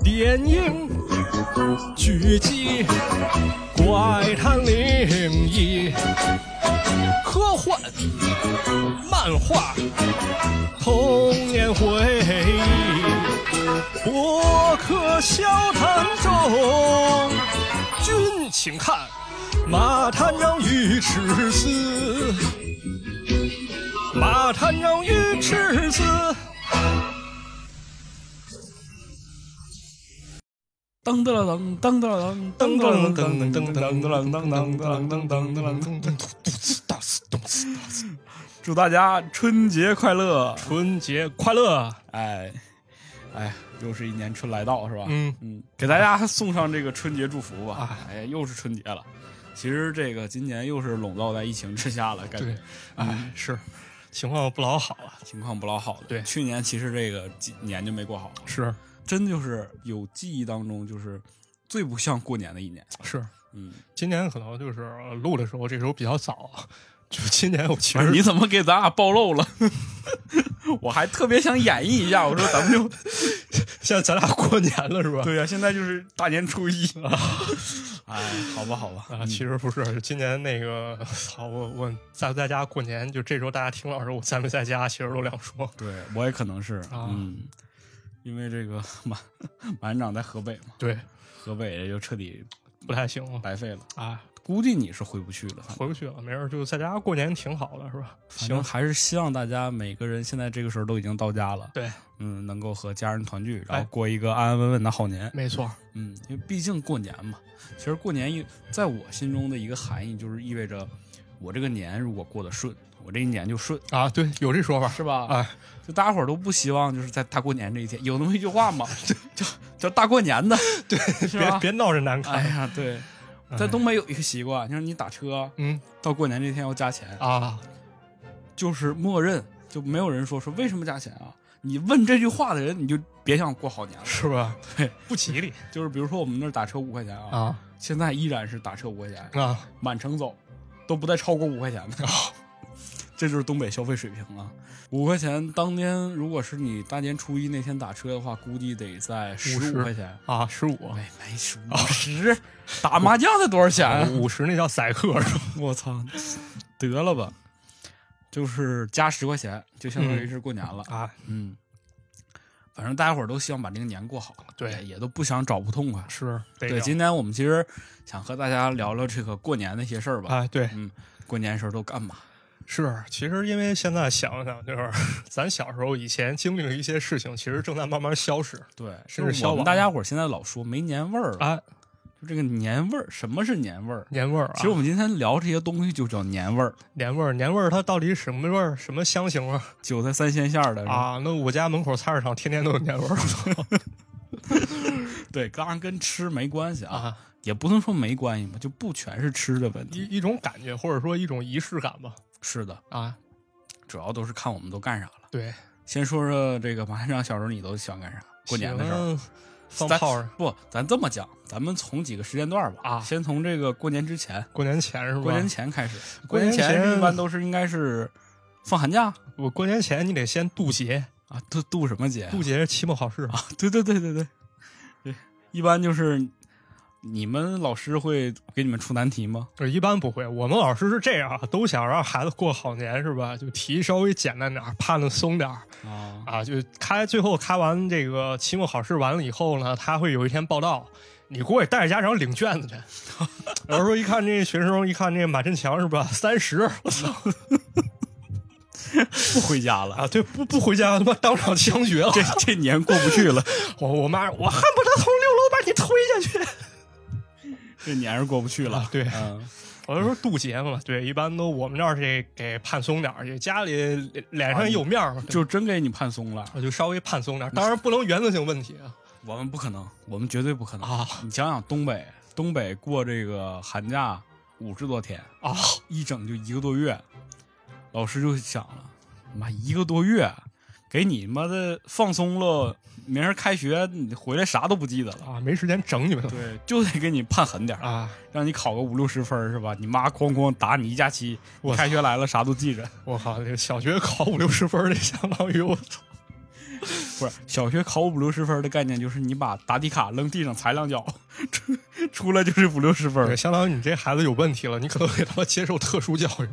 电影剧集、怪谈灵异、科幻、漫画、童年回忆，博客笑谈中，君请看马探长与赤子，马探长与赤子。噔噔噔噔噔噔噔噔噔噔噔噔噔噔噔噔噔噔噔噔噔噔噔噔噔噔噔噔噔噔噔噔，噔咚呲哒呲咚呲哒呲。祝大家春节快乐！春节快乐！哎，哎，又是一年春来到，是吧？嗯，嗯，给大家送上这个春节祝福吧啊。哎呀，又是春节了。其实这个今年又是笼罩在疫情之下了，感觉对，哎，是情况不老好啊。情况不老好的。对去年其实这个几年就没过好，是真就是有记忆当中就是最不像过年的一年。是，嗯，今年可能就是呃录的时候，这时候比较早啊。就今年我其不是实你怎么给咱俩暴露了？我还特别想演绎一下，我说咱们就现在咱俩过年了是 吧？对呀、啊现在就是大年初一。 哎，好吧，好吧，啊，其实不是，今年那个操，我我在不在家过年？就这时候大家听到的时候，我在没在家，其实都两说。对我也可能是，啊嗯，因为这个 马马院长在河北嘛，对，河北也就彻底不太行了白费了，啊，估计你是回不去了。反正回不去了，没事儿就在家过年挺好的，是吧？反正行，还是希望大家每个人现在这个时候都已经到家了，对，嗯，能够和家人团聚，然哎后过一个安安稳稳的好年。没错，嗯，因为毕竟过年嘛，其实过年一在我心中的一个含义就是意味着我这个年如果过得顺，我这一年就顺，啊，对，有这说法，是吧？哎，就大家伙儿都不希望就是在大过年这一天有那么一句话嘛， 叫叫大过 年的，对，是别吧？别闹着难哎看。呀，对，哎在东北有一个习惯，就是你打车嗯到过年这天要加钱，啊，就是默认就没有人说说为什么加钱啊？你问这句话的人，你就别想过好年了。是吧？对，不吉利就是比如说我们那儿打车五块钱啊，啊现在依然是打车五 块钱，啊！满城走都不带超过五块钱的， 这就是东北消费水平啊！五块钱当天，如果是你大年初一那天打车的话，估计得在十啊50五块钱。啊，十五，没没十五十，打麻将才多少钱啊？五十那叫宰客是吧？ 我操，得了吧！就是加十块钱，就相当于是过年 了。啊，嗯，反正大家伙儿都希望把这个年过好，对也也都不想找不痛快。是得对，啊聊今天我们其实想和大家聊聊这个过年那些事儿吧。啊，对，嗯，过年时候都干嘛？是。其实因为现在想想，就是咱小时候以前经历了一些事情，其实正在慢慢消逝。对，甚至就消我们亡大家伙儿现在老说没年味儿了，啊，就这个年味儿，什么是年味儿？年味儿啊，其实我们今天聊这些东西就叫年味儿，年味儿，年味儿它到底是什么味儿，什么香型啊？韭菜三鲜馅儿的，啊，那我家门口菜市场天天都有年味儿对，当然跟吃没关系 啊，啊，也不能说没关系吧，就不全是吃的问一题。一种感觉，或者说一种仪式感吧。是的，啊，主要都是看我们都干啥了。对，先说说这个马先生小时候你都喜欢干啥？过年的时候。行放咱炮儿，不，咱这么讲，咱们从几个时间段儿吧啊先从这个过年之前，过年前是吧？过年前开始。过年年前一般都是应该是放寒假我过年前你得先渡劫，啊，渡渡什么节啊？渡劫是期末考试啊， 对对对对对，对，一般就是你们老师会给你们出难题吗？就是一般不会。我们老师是这样啊，都想让孩子过好年是吧？就题稍微简单点儿，判的松点儿啊，啊。就开最后开完这个期末考试完了以后呢，他会有一天报道，你过去带着家长领卷子去。 然后说一看这学生，一看这马振强是吧？三十，我操不回家了，啊！对，不不回家，他妈当场枪决了。这这年过不去了，我我妈，我恨不得从六楼把你推下去。 这年是过不去了。啊对嗯，我就说渡劫嘛，对，一般都我们这儿是给判松点儿，也家里脸上也有面儿嘛，对就真给啊你判松了。我就稍微判松点儿，当然不能原则性问题啊我们不可能，我们绝对不可能。啊你想想东北，东北过这个寒假五十多天，啊！一整就一个多月，老师就想了，妈一个多月，给你妈的放松了，明儿开学你回来啥都不记得了。啊，没时间整你 们了对，就得给你判狠点儿，啊！让你考个五六十分儿是吧？你妈哐哐打你一假期，我你开学来了啥都记着。我靠，这个小学考五六十分儿，这相当于我操不是小学考五六十分的概念，就是你把答题卡扔地上踩两脚， 出出来就是五六十分对，。相当于你这孩子有问题了，你可能给他们接受特殊教育了。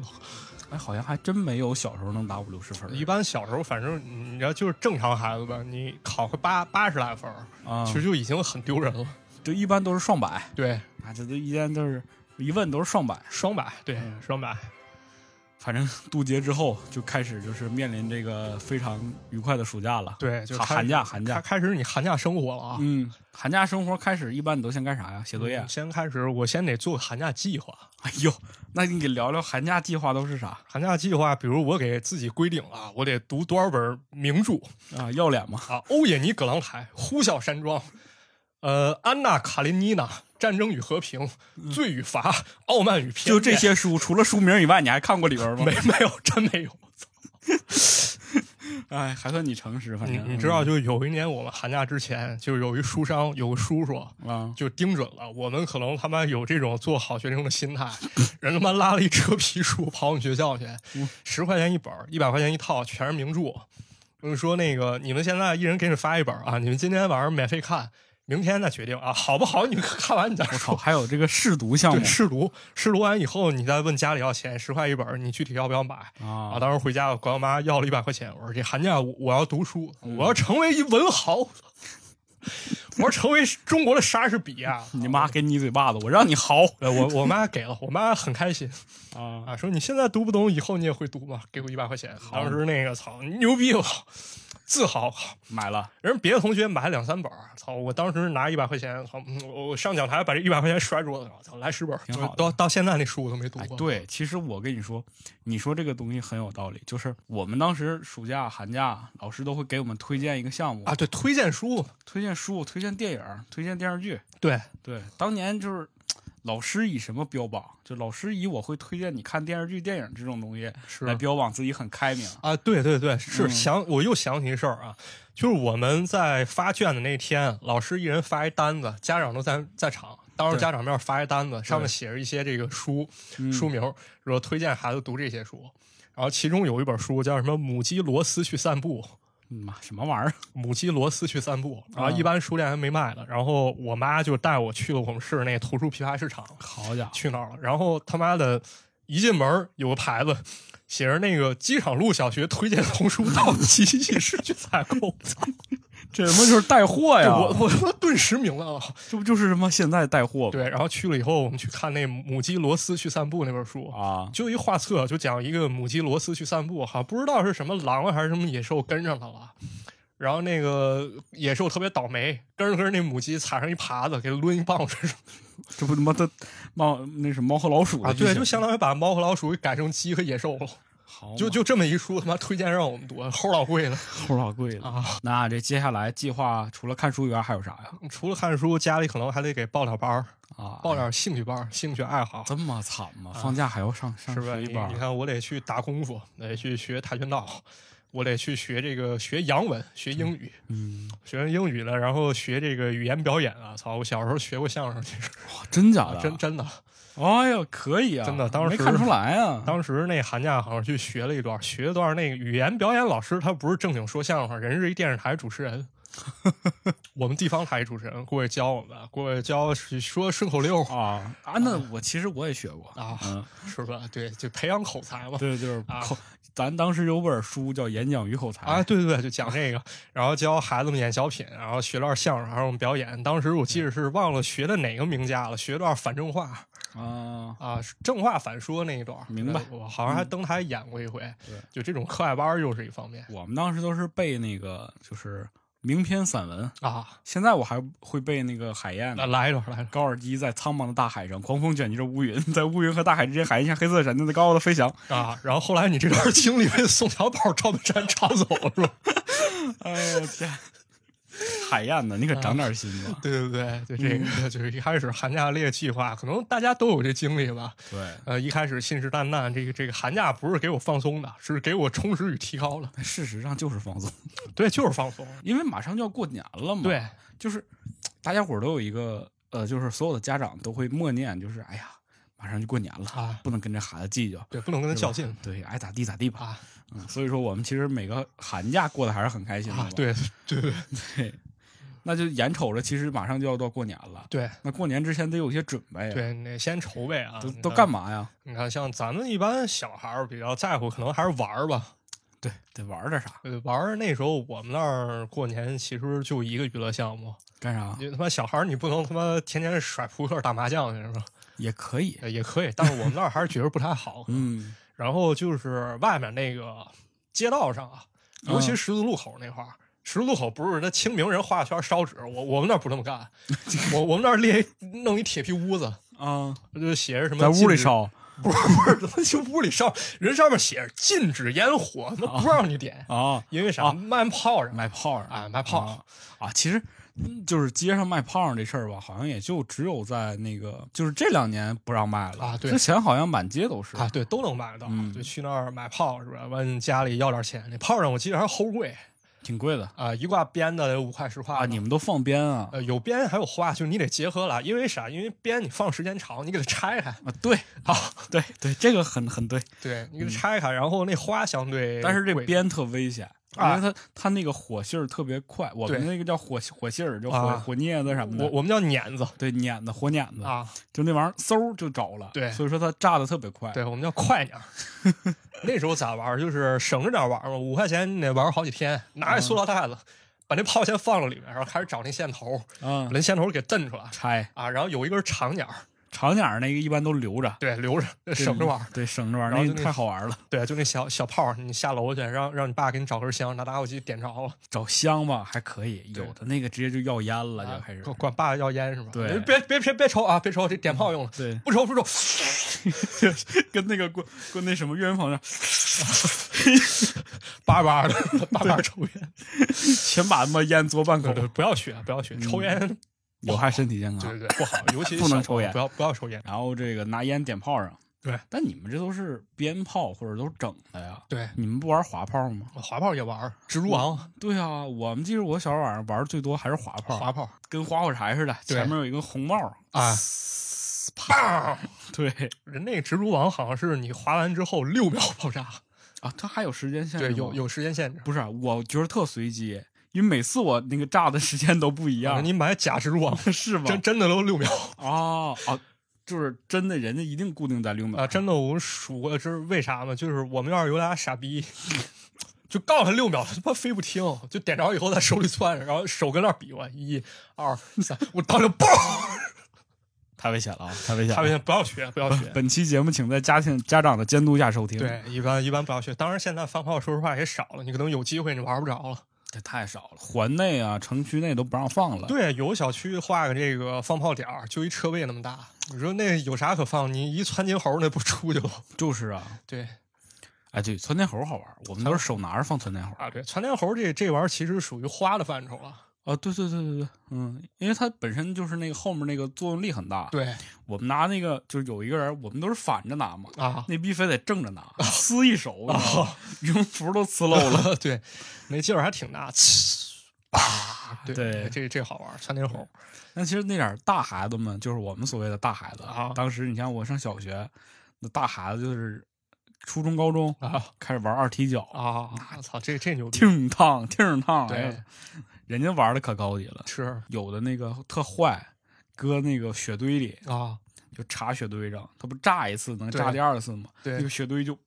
哎，好像还真没有小时候能打五六十分一般小时候，反正你你要就是正常孩子吧，你考个八八十来分儿，啊，其实就已经很丢人了。就一般都是双百对，啊，这都一般都是一问都是双百。双百，对，嗯双百，反正渡劫之后就开始就是面临这个非常愉快的暑假了，对，就寒开寒假寒开假，开始你寒假生活了啊。嗯，寒假生活开始一般你都先干啥呀？写作业。啊嗯先开始，我先得做个寒假计划。哎呦，那你给聊聊寒假计划都是啥寒假计划，比如我给自己规定啊，我得读多少本名著啊？要脸吗？啊，《欧也尼·葛朗台》《呼啸山庄》，呃，《安娜·卡列尼娜》《战争与和平》《罪与罚》《傲慢与偏见》嗯就这些书，除了书名以外，你还看过里边吗？没没有，真没有。哎，还算你诚实，反你正你知道，就有一年我们寒假之前，就有一书商，有个叔叔 啊？就盯准了我们，可能他妈有这种做好学生的心态， 人他妈拉了一车皮书跑我们学校去，嗯十块钱一本儿，一百块钱一套，全是名著。我就说那个，你们现在一人给你发一本儿啊，你们今天晚上免费看，明天再决定啊，好不好？你们看完你再我操，说。还有这个试读项对，目试读，试读完以后，你再问家里要钱，十块一本儿，你具体要不要买？啊，啊！当时回家我管我妈要了一百块钱，我说这寒假我我要读书，我嗯要成为一文豪， 我要成为中国的莎士比亚。你妈给你一嘴巴子，我让 你嚎呃，我我妈给了，我妈很开心啊！啊，说你现在读不懂，以后你也会读嘛，给我一百块钱。当时那个操牛逼我，自豪。买了，人别的同学买两三本儿，操！我当时拿一百块钱，操！嗯我我上讲台把这一百块钱摔桌子上，操！来十本儿，挺好的到到现在那书我都没读哎过。，对，其实我跟你说，你说这个东西很有道理，就是我们当时暑假、寒假，老师都会给我们推荐一个项目啊，，对，推荐书，推荐书、推荐电影、推荐电视剧。对，对，当年就是老师以什么标榜？就老师以我会推荐你看电视剧、电影这种东西是来标榜自己很开明。啊，对对对，是嗯想我又想起一事儿啊，就是我们在发卷的那天，老师一人发一单子，家长都在在场，当着对家长面发一单子，上面对写着一些这个书嗯书名，说推荐孩子读这些书，然后其中有一本书叫什么《母鸡罗斯去散步》。嗯妈，什么玩意儿？ 母鸡罗斯去散步，然后啊一般书店还没卖呢。然后我妈就带我去了我们市那图书批发市场，好家伙，去那儿了。然后他妈的，一进门儿有个牌子，写着那个机场路小学推荐童书到集集市去采购。这他妈就是带货哎呀！我我他妈顿时明白了。这不就是什么现在带货吗？对，然后去了以后，我们去看那《母鸡罗斯去散步》那本书。啊，就一画册，就讲一个母鸡罗斯去散步，好像不知道是什么狼啊还是什么野兽跟上它了，然后那个野兽特别倒霉，跟着跟着那母鸡踩上一耙子，给它抡一棒子，这不他妈的猫那什么猫和老鼠的啊，剧对，情就相当于把猫和老鼠给改成鸡和野兽了。好就嘛就这么一书，他妈推荐让我们读，啊齁老 贵了齁老贵了。啊！那这接下来计划除了看书以外还有啥呀？除了看书，家里可能还得给报点班儿，啊，报点兴趣班儿、兴趣爱好，这么惨吗？放假还要上上是吧？学你一班你看，我得去打功夫，得去学跆拳道，我得去学这个学洋文、学英语，嗯，学完英语了，然后学这个语言表演啊！操，我小时候学过相声，其实哇，哦真假的？啊真真的。哎呦，可以啊！真的当时没看出来啊。当时那寒假好像去学了一段，学了段那个语言表演老师，他不是正经说相声，人是一电视台主持人，我们地方台主持人过去教我们，过去教说顺口溜 啊啊，那我其实我也学过。啊，嗯，是吧？对，就培养口才嘛。 对，就是啊口，咱当时有本书叫《演讲与口才》啊，，对对对，就讲这个，然后教孩子们演小品，然后学段相声，然后我们表演。当时我记得是忘了学的哪个名家了，学段反正话啊，啊，是正话反说那一段。明白嗯对我好像还登台演过一回。对就这种课外班儿又是一方面我们当时都是背那个就是名篇散文，啊。现在我还会背那个海燕那呢。来一段，来一段。高尔基在苍茫的大海上，狂风卷集着乌云，在乌云和大海之间，海燕像黑色的闪电在高高的飞翔。啊，然后后来你这段经历被宋小宝、赵本山抄走了，是吧？ 哎呦我天！ 啊海燕呢？你可长点心吧。 对对对，就这个就是一开始寒假列计划，可能大家都有这经历吧。对，呃，一开始信誓旦旦，这个这个寒假不是给我放松的，是给我充实与提高的。事实上就是放松，对，就是放松。因为马上就要过年了嘛。对，就是大家伙儿都有一个呃，就是所有的家长都会默念，就是哎呀，马上就过年了，啊，不能跟这孩子计较，对，不能跟他较劲对，爱咋地咋地吧。啊嗯，所以说我们其实每个寒假过得还是很开心的嘛、啊！对对对对，那就眼瞅着其实马上就要到过年了，对那过年之前得有一些准备啊，对，你得先筹备啊都，你都看干嘛呀？你看，像咱们一般小孩儿比较在乎，可能还是玩儿吧。对，得玩点啥，呃，玩儿那时候我们那儿过年其实就一个娱乐项目，干啥你他妈小孩儿你不能他妈天天甩扑克打麻将去是吧？也可以。呃也可以，但是我们那儿还是觉得不太好。嗯，然后就是外面那个街道上啊，尤嗯其十字路口那块儿。十字路口不是那清明人画圈烧纸，我我们那儿不这么 干，我我们那儿列一弄一铁皮屋子，啊，就写着什么在屋里禁止烧不是不是，他妈就屋里烧，人上面写着禁止烟火，他妈不让你点，啊，因为啥？啊卖炮仗卖炮仗啊，卖炮仗啊啊，其实嗯就是街上卖炮仗这事儿吧，好像也就只有在那个，就是这两年不让卖了啊对之前好像满街都是啊，对，都能买得到嗯，就去那儿买炮是吧？问家里要点钱，那炮仗我记得还是齁贵挺贵的啊，一挂鞭的得五块十块吧啊，你们都放鞭啊？呃有鞭还有花，就是你得结合来，因为啥？因为鞭你放时间长，你给它拆开啊，对啊，对对，这个很很 对，嗯对你给它拆开，然后那花相对贵，但是这鞭特危险，啊因为它它那个火性儿特别快，我们对那个叫火火性儿，就火、啊火镊子什么的，嗯我我们叫碾子对碾子火碾子，啊，就那玩意儿嗖儿就着了，对所以说它炸的特别快，对，我们叫快 点儿。那时候咋玩儿？就是省着点儿玩儿嘛，五块钱你得玩儿好几天，拿着塑料袋子，把那炮先放到里面，然后开始找那线头，啊把，那线头给蹬出来拆啊，然后有一根长点儿，长点儿那个一般都留着，对，留着省着玩儿。对，嗯省着玩儿，然后那就个那太好玩儿了。对，就那小小炮儿，你下楼去，让让你爸给你找根香，拿打火机点着了，找香吧还可以，对有的那个直接就要烟了，啊就开始。管管爸要烟是吧？对哎别别别别抽啊，别抽，这点炮用了，对， 不抽不抽。跟那个过过那什么岳云鹏那样，叭叭的， 叭叭抽烟，先把他妈烟嘬半口对，对不要学，不要学，抽烟有害身体健康。对对对 不好，尤其不能小抽朋友烟不要不要抽烟。然后这个拿烟点炮仗。对，但你们这都是鞭炮或者都是整的呀？对，你们不玩滑炮吗？滑炮也玩儿，蜘蛛网、对啊，我们记得我小时候晚上玩最多还是滑炮，滑炮跟花火柴似的，对前面有一个红帽。啊，砰！对人那个蜘蛛网好像是你滑完之后六秒爆炸，啊，它还有时间限对，制吗有有时间限制。不是？我觉得特随机，因为每次我那个炸的时间都不一啊样，你买假蜘蛛网， 是吗？真真的都六秒哦哦，就是真的，人家一定固定在六秒啊！真的，我数过，这是为啥吗？就是我们院儿有俩傻逼， 就告诉他六秒，他他妈非不听，就点着以后在手里攥着，然后手跟那儿比划，一、二、三，我当时 嘣，太危险了啊，太危险他了！们不要学，不要学。本期节目请在家庭家长的监督下收听。， 对，一般一般不要学。当然，现在放炮说实话也少了，你可能有机会你玩不着了。这太少了，环内啊、城区内都不让放了。对，有小区画个这个放炮点儿，就一车位那么大。你说那有啥可放？你一窜金猴儿那不出去了？就是啊，对哎，对，窜天猴好玩，我们都是手拿着放窜天猴。啊，对，窜天猴儿这这玩意儿其实属于花的范畴了。啊，对对对对对，嗯，因为它本身就是那个后面那个作用力很大。，对我们拿那个就是有一个人，我们都是反着拿嘛，啊，那逼非得正着拿，呲一手，你知道哦吗羽绒服都呲漏了。 了， 对，那劲儿还挺大，呲啊，对，对这这好玩儿，窜天猴儿那其实那点儿大孩子们，就是我们所谓的大孩子啊当时你像我上小学，那大孩子就是初中、高中啊开始玩二踢脚，啊！我操，这这牛逼！挺烫挺烫，哎对呀，人家玩的可高级了。吃有的那个特坏，搁那个雪堆里啊，就插雪堆上，它不炸一次能炸对第二次吗？那对个雪堆就噗，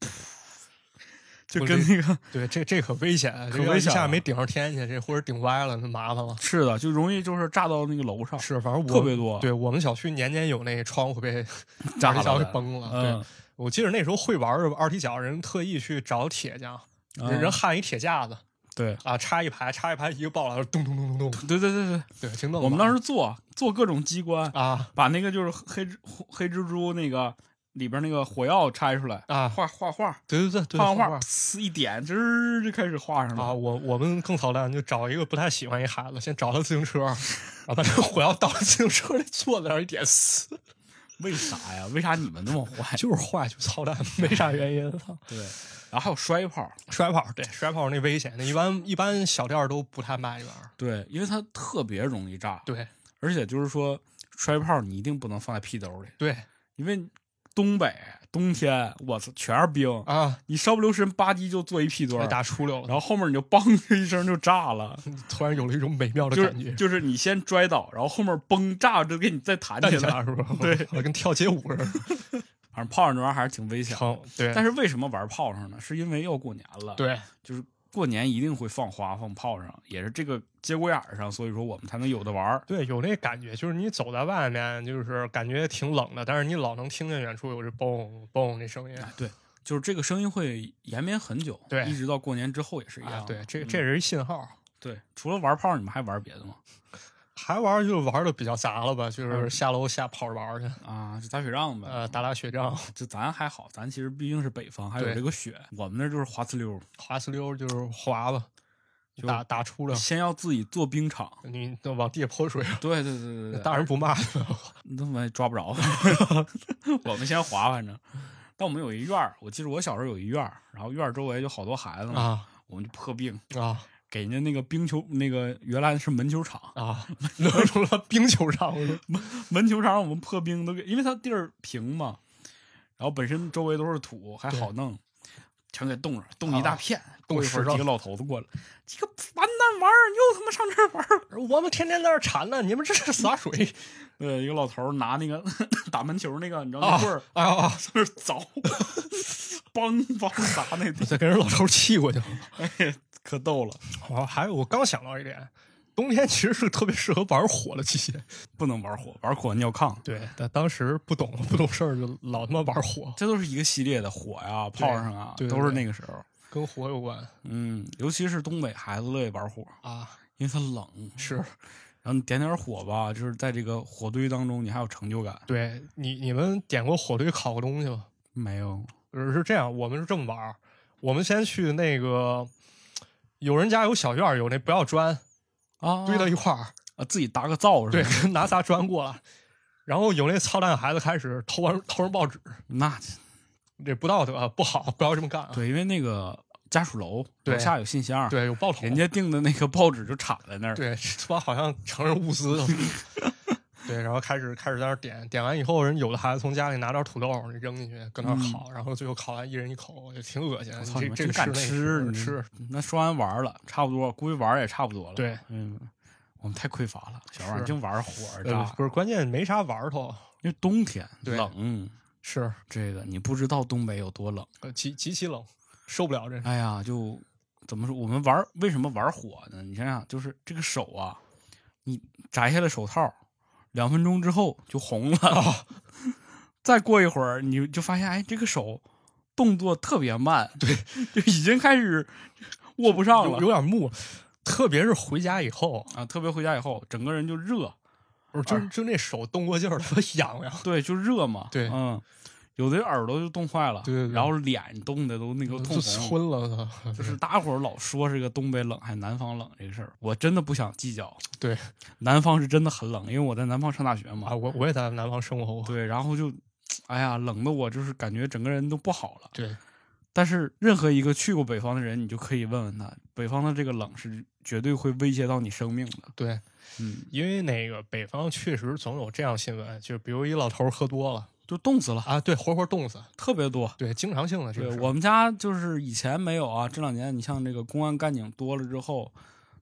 就我跟那个 对，这这可危险，啊可这要危一险下了没顶上天去，这或者顶歪了，那麻 烦了。是的，就容易就是炸到那个楼上，是，反正我特别多对我们小区年年有那窗户被炸 二踢了脚给的崩了。对，嗯，我记得那时候会玩儿二踢脚，人特意去找铁匠，人人嗯焊一铁架子对啊，插一排，插一排一个爆了，咚咚咚咚咚，对对对对，对，挺冷。我们当时做做各种机关，啊把那个就是黑蜘黑蜘蛛那个里边那个火药拆出来，啊，画画画，对对对对，画完画画，呲一点，吱儿就开始画上了。啊，我我们更操蛋，就找一个不太喜欢一孩子，先找他自行车， 啊然后把这火药倒自行车里，坐在那儿一点撕，为啥呀？为啥你们那么坏？就是坏，就操蛋，没啥原 因。操 对，然后还有摔炮，摔炮，对，摔炮那危险，那一般一般小店儿都不太卖这玩意儿。对，因为它特别容易炸，对而且就是说摔炮你一定不能放在屁兜里，对，因为东北冬天，我操，全是冰，啊，你稍不留神吧唧就做一屁墩被儿，打出溜然了，后后面你就 嘣一声就炸了，突然有了一种美妙的就感是觉，就是你先摔倒，然后后面嘣炸就给你再弹弹起起来，来是吧？对，跟跳街舞似 的。反正炮仗那玩意儿还是挺危险的。成对，但是是为什么玩炮仗呢？是因为要过年了，，对就是过年一定会放花放炮仗，也是这个节骨眼儿上，所以说我们才能有的玩儿。对，有那感觉，就是你走在外面，就是感觉挺冷的，但是你老能听见远处有这嘣嘣那声音。哎，对，就是这个声音会延绵很久，对一直到过年之后也是一样啊，的、对，这嗯这是一信号。对。除了玩炮，你们还玩别的吗？还玩儿就玩的比较杂了吧，就是嗯下楼下跑着玩儿去，啊，就打雪仗呗。呃，打打雪仗，就咱还好，咱其实毕竟是北方，还有对这个雪，我们那儿就是滑呲溜儿，滑呲溜儿就是滑吧，就打打出溜儿，先要自己做冰场。 你往地下泼水，对对对对对，大人不骂的。你他妈也抓不着， 我们先滑，反正。但我们有一院儿，我记得我小时候有一院儿，然后院儿周围就好多孩子嘛，啊我们就破病，啊给人家那个冰球，那个原来是门球场，啊，乐出了冰球场了门球场我们破冰都给，因为它地儿平嘛，然后本身周围都是土，还好弄，全给冻上，冻一大片。过一会啊冻石儿头几个老头子过来，几个完蛋玩意儿，又他妈上这儿玩儿。我们天天在这儿馋呢，你们这是洒 水 对，一个老头儿拿那个 打门球那个，你知道啊那棍儿，啊啊！在那儿凿，梆梆砸那地我，再给人老头儿气过去了。 可逗了，哦，还有我刚想到一点，冬天其实是特别适合玩火的季节。不能玩火，玩火尿炕。对，但当时不懂不懂事儿，就老他妈玩火，这都是一个系列的火呀、炮仗啊，对对都是那个时候。跟火有关嗯，尤其是东北孩子乐意玩火，啊。因为它冷，是然后你点点火吧，就是在这个火堆当中，你还有成就感。 对你你们点过火堆烤过东西吗？没有呃是这样，我们是这么玩儿，我们先去那个有人家有小院儿，有那不要砖啊，堆到一块儿， 啊，自己搭个灶是对吧？，拿仨砖过来，然后有那操蛋孩子开始偷完偷人报纸，那这不道德啊，不好，不要这么干啊。对，因为那个家属楼对楼下有信箱，对，有报仇，人家订的那个报纸就插在那儿。对 他妈好像承认物资了。对，然后开始开始在那儿点，点完以后，人有的孩子从家里拿点土豆扔进去，搁那儿烤，然后最后烤完一人一口，也挺恶心的。嗯我你操，这你们这真个敢那吃，个你吃，那说完玩了，差不多，估计玩也差不多了。，对，嗯，我们太匮乏了，小孩儿是净玩火呃炸，不是关键没啥玩头，因为冬天对冷，是这个你不知道东北有多冷。呃极极其冷，受不了这。哎呀，就怎么说？我们玩为什么玩火呢？你想想，就是这个手啊，你摘下了手套，两分钟之后就红了，哦 再过一会儿你就发现，哎，这个手动作特别慢，对，就已经开始握不上有了有点木，特别是回家以后，啊。特别回家以后，整个人就热，我啊就就那手动过劲儿了，痒痒。对，就热嘛，对嗯。有的耳朵就冻坏了，对对对然后脸冻的都那个就通红，昏了，我操就是大家伙儿老说这个东北冷还南方冷这个事儿，我真的不想计较。对， 南方是真的很冷，因为我在南方上大学啊！嘛。我我也在南方生活过，对，然后就，哎呀，冷的我就是感觉整个人都不好了。对，但是任何一个去过北方的人，你就可以问问他，北方的这个冷是绝对会威胁到你生命的。对，嗯，因为那个北方确实总有这样新闻，就比如一老头儿喝多了就冻死了，啊，对，活活冻死，特别多。对，经常性的这个对事儿我们家就是以前没有啊，这两年你像这个公安干警多了之后，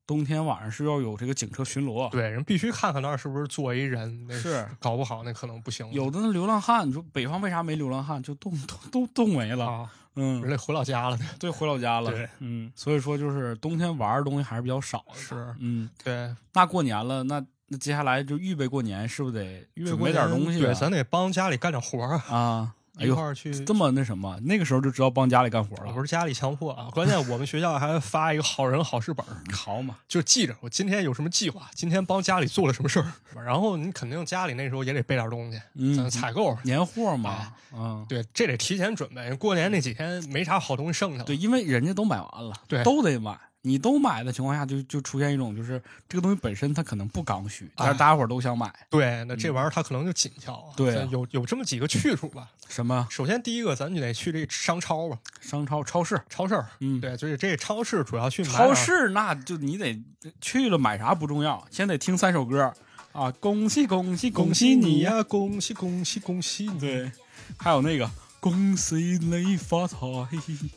冬天晚上是要有这个警车巡逻。对人必须看看那儿是不是作为人，那是搞不好那可能不行了，有的那流浪汉，你说北方为啥没流浪汉？就冻 都都冻没了。啊，人嗯，类回老家了，对，回老家了。对，嗯，所以说就是冬天玩的东西还 是比较少的。是嗯，对，那过年了，那那接下来就预备过年，是不是得因为准过备点年东西对，啊？咱得帮家里干点活儿啊，啊，哎一块呦，儿去。这么那什么，那个时候就知道帮家里干活我不了。是家里强迫啊，关键我们学校还发一个好人好事本儿，好嘛，就记着我今天有什么计划，今天帮家里做了什么事儿。 然后你肯定家里那时候也得备点东西，咱啊嗯，采购。年货嘛，嗯，对，这得提前准备。过年那几天没啥好东西剩下了。对，因为人家都买完了，对都得买。你都买的情况下就，就出现一种就是这个东西本身它可能不刚需，哎但是大家伙儿都想买。对那这玩意儿它可能就紧俏啊。嗯对啊咱有有这么几个去处吧。什么首先第一个，咱就得去这商超吧，商超、超市，超市儿。嗯，对，就是这超市主要去买点啊超市那就你得去了买啥不重要，先得听三首歌，啊！恭喜恭喜恭喜喜你你！呀、恭喜恭喜恭喜你！对，还有那个恭喜你发财，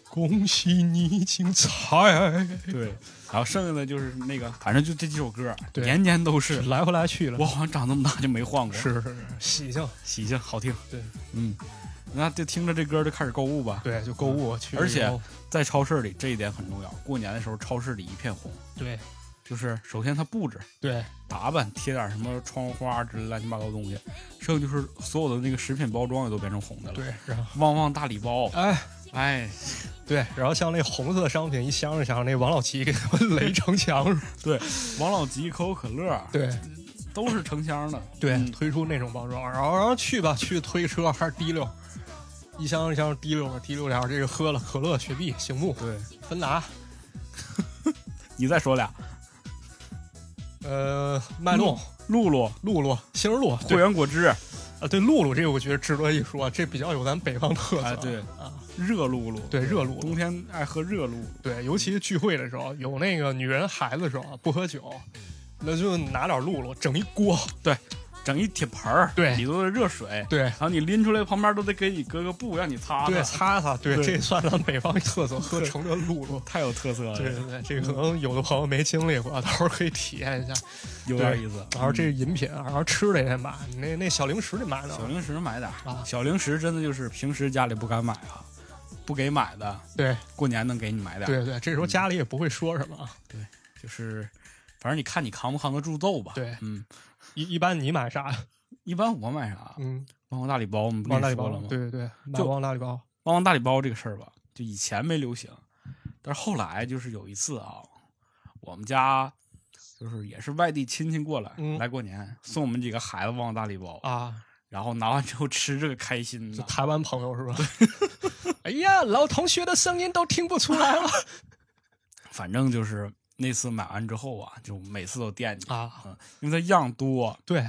恭喜你精彩！对，然后剩下的就是那个，反正就这几首歌，对年年都 是。来回来去了我，好像长这么大就没换过，是是是，喜庆，喜庆好听。对，嗯，那就听着这歌就开始购物吧。对，就购物啊去，而且然后在超市里这一点很重要。过年的时候，超市里一片红，对就是首先它布置、对打扮，贴点什么窗花之类乱七八糟东西，剩就是所有的那个食品包装也都变成红的了。对，然后旺旺大礼包，哎哎，对，然后像那红色的商品一箱一箱，那王老吉给他们 垒城墙，对，王老吉、可口可乐，对都是成箱的。对，嗯推出那种包装，然后然后去吧，去推车还是提溜，一箱一箱提溜吧，提溜点儿这个喝了可乐、雪碧、醒目、对，芬达，你再说俩，呃，脉动、露露、露露、星儿露，汇对源果汁、啊，对露露这个我觉得值得一说，这比较有咱北方特色，哎对啊，热露露，对热露露冬天爱喝热露露。对，尤其聚会的时候，有那个女人孩子的时候啊不喝酒，那就拿点露露整一锅，整一铁盆儿，对里头的热水，对然后你拎出来，旁边都得给你搁个布让你擦对，擦，擦擦，对，对这算咱北方特色，喝成这露露。太有特色了，对对对，这嗯个可能有的朋友没经历过，到时候可以体验一下。有点意思。然后这饮品，然后吃的也得买，那那小零食得买点小。零食买点儿啊小零食真的就是平时家里不敢买啊，不给买的，对过年能给你买点儿，对对，这时候家里也不会说什么嗯啊。就是反正你看你扛不扛得住揍吧。对嗯，一一般你买啥？一般我买啥？嗯，旺旺大礼包，我们不旺跟你大礼说包了吗？对对对，买就旺大礼包。旺旺大礼包这个事儿吧，就以前没流行，但是后来就是有一次啊，我们家就是也是外地亲戚过来、嗯来过年，送我们几个孩子旺旺大礼包，啊，然后拿完之后吃这个开心就呐，台湾朋友是 吧？哎呀，老同学的声音都听不出来了反正就是那次买完之后啊，就每次都惦记，啊！嗯，因为它样多对，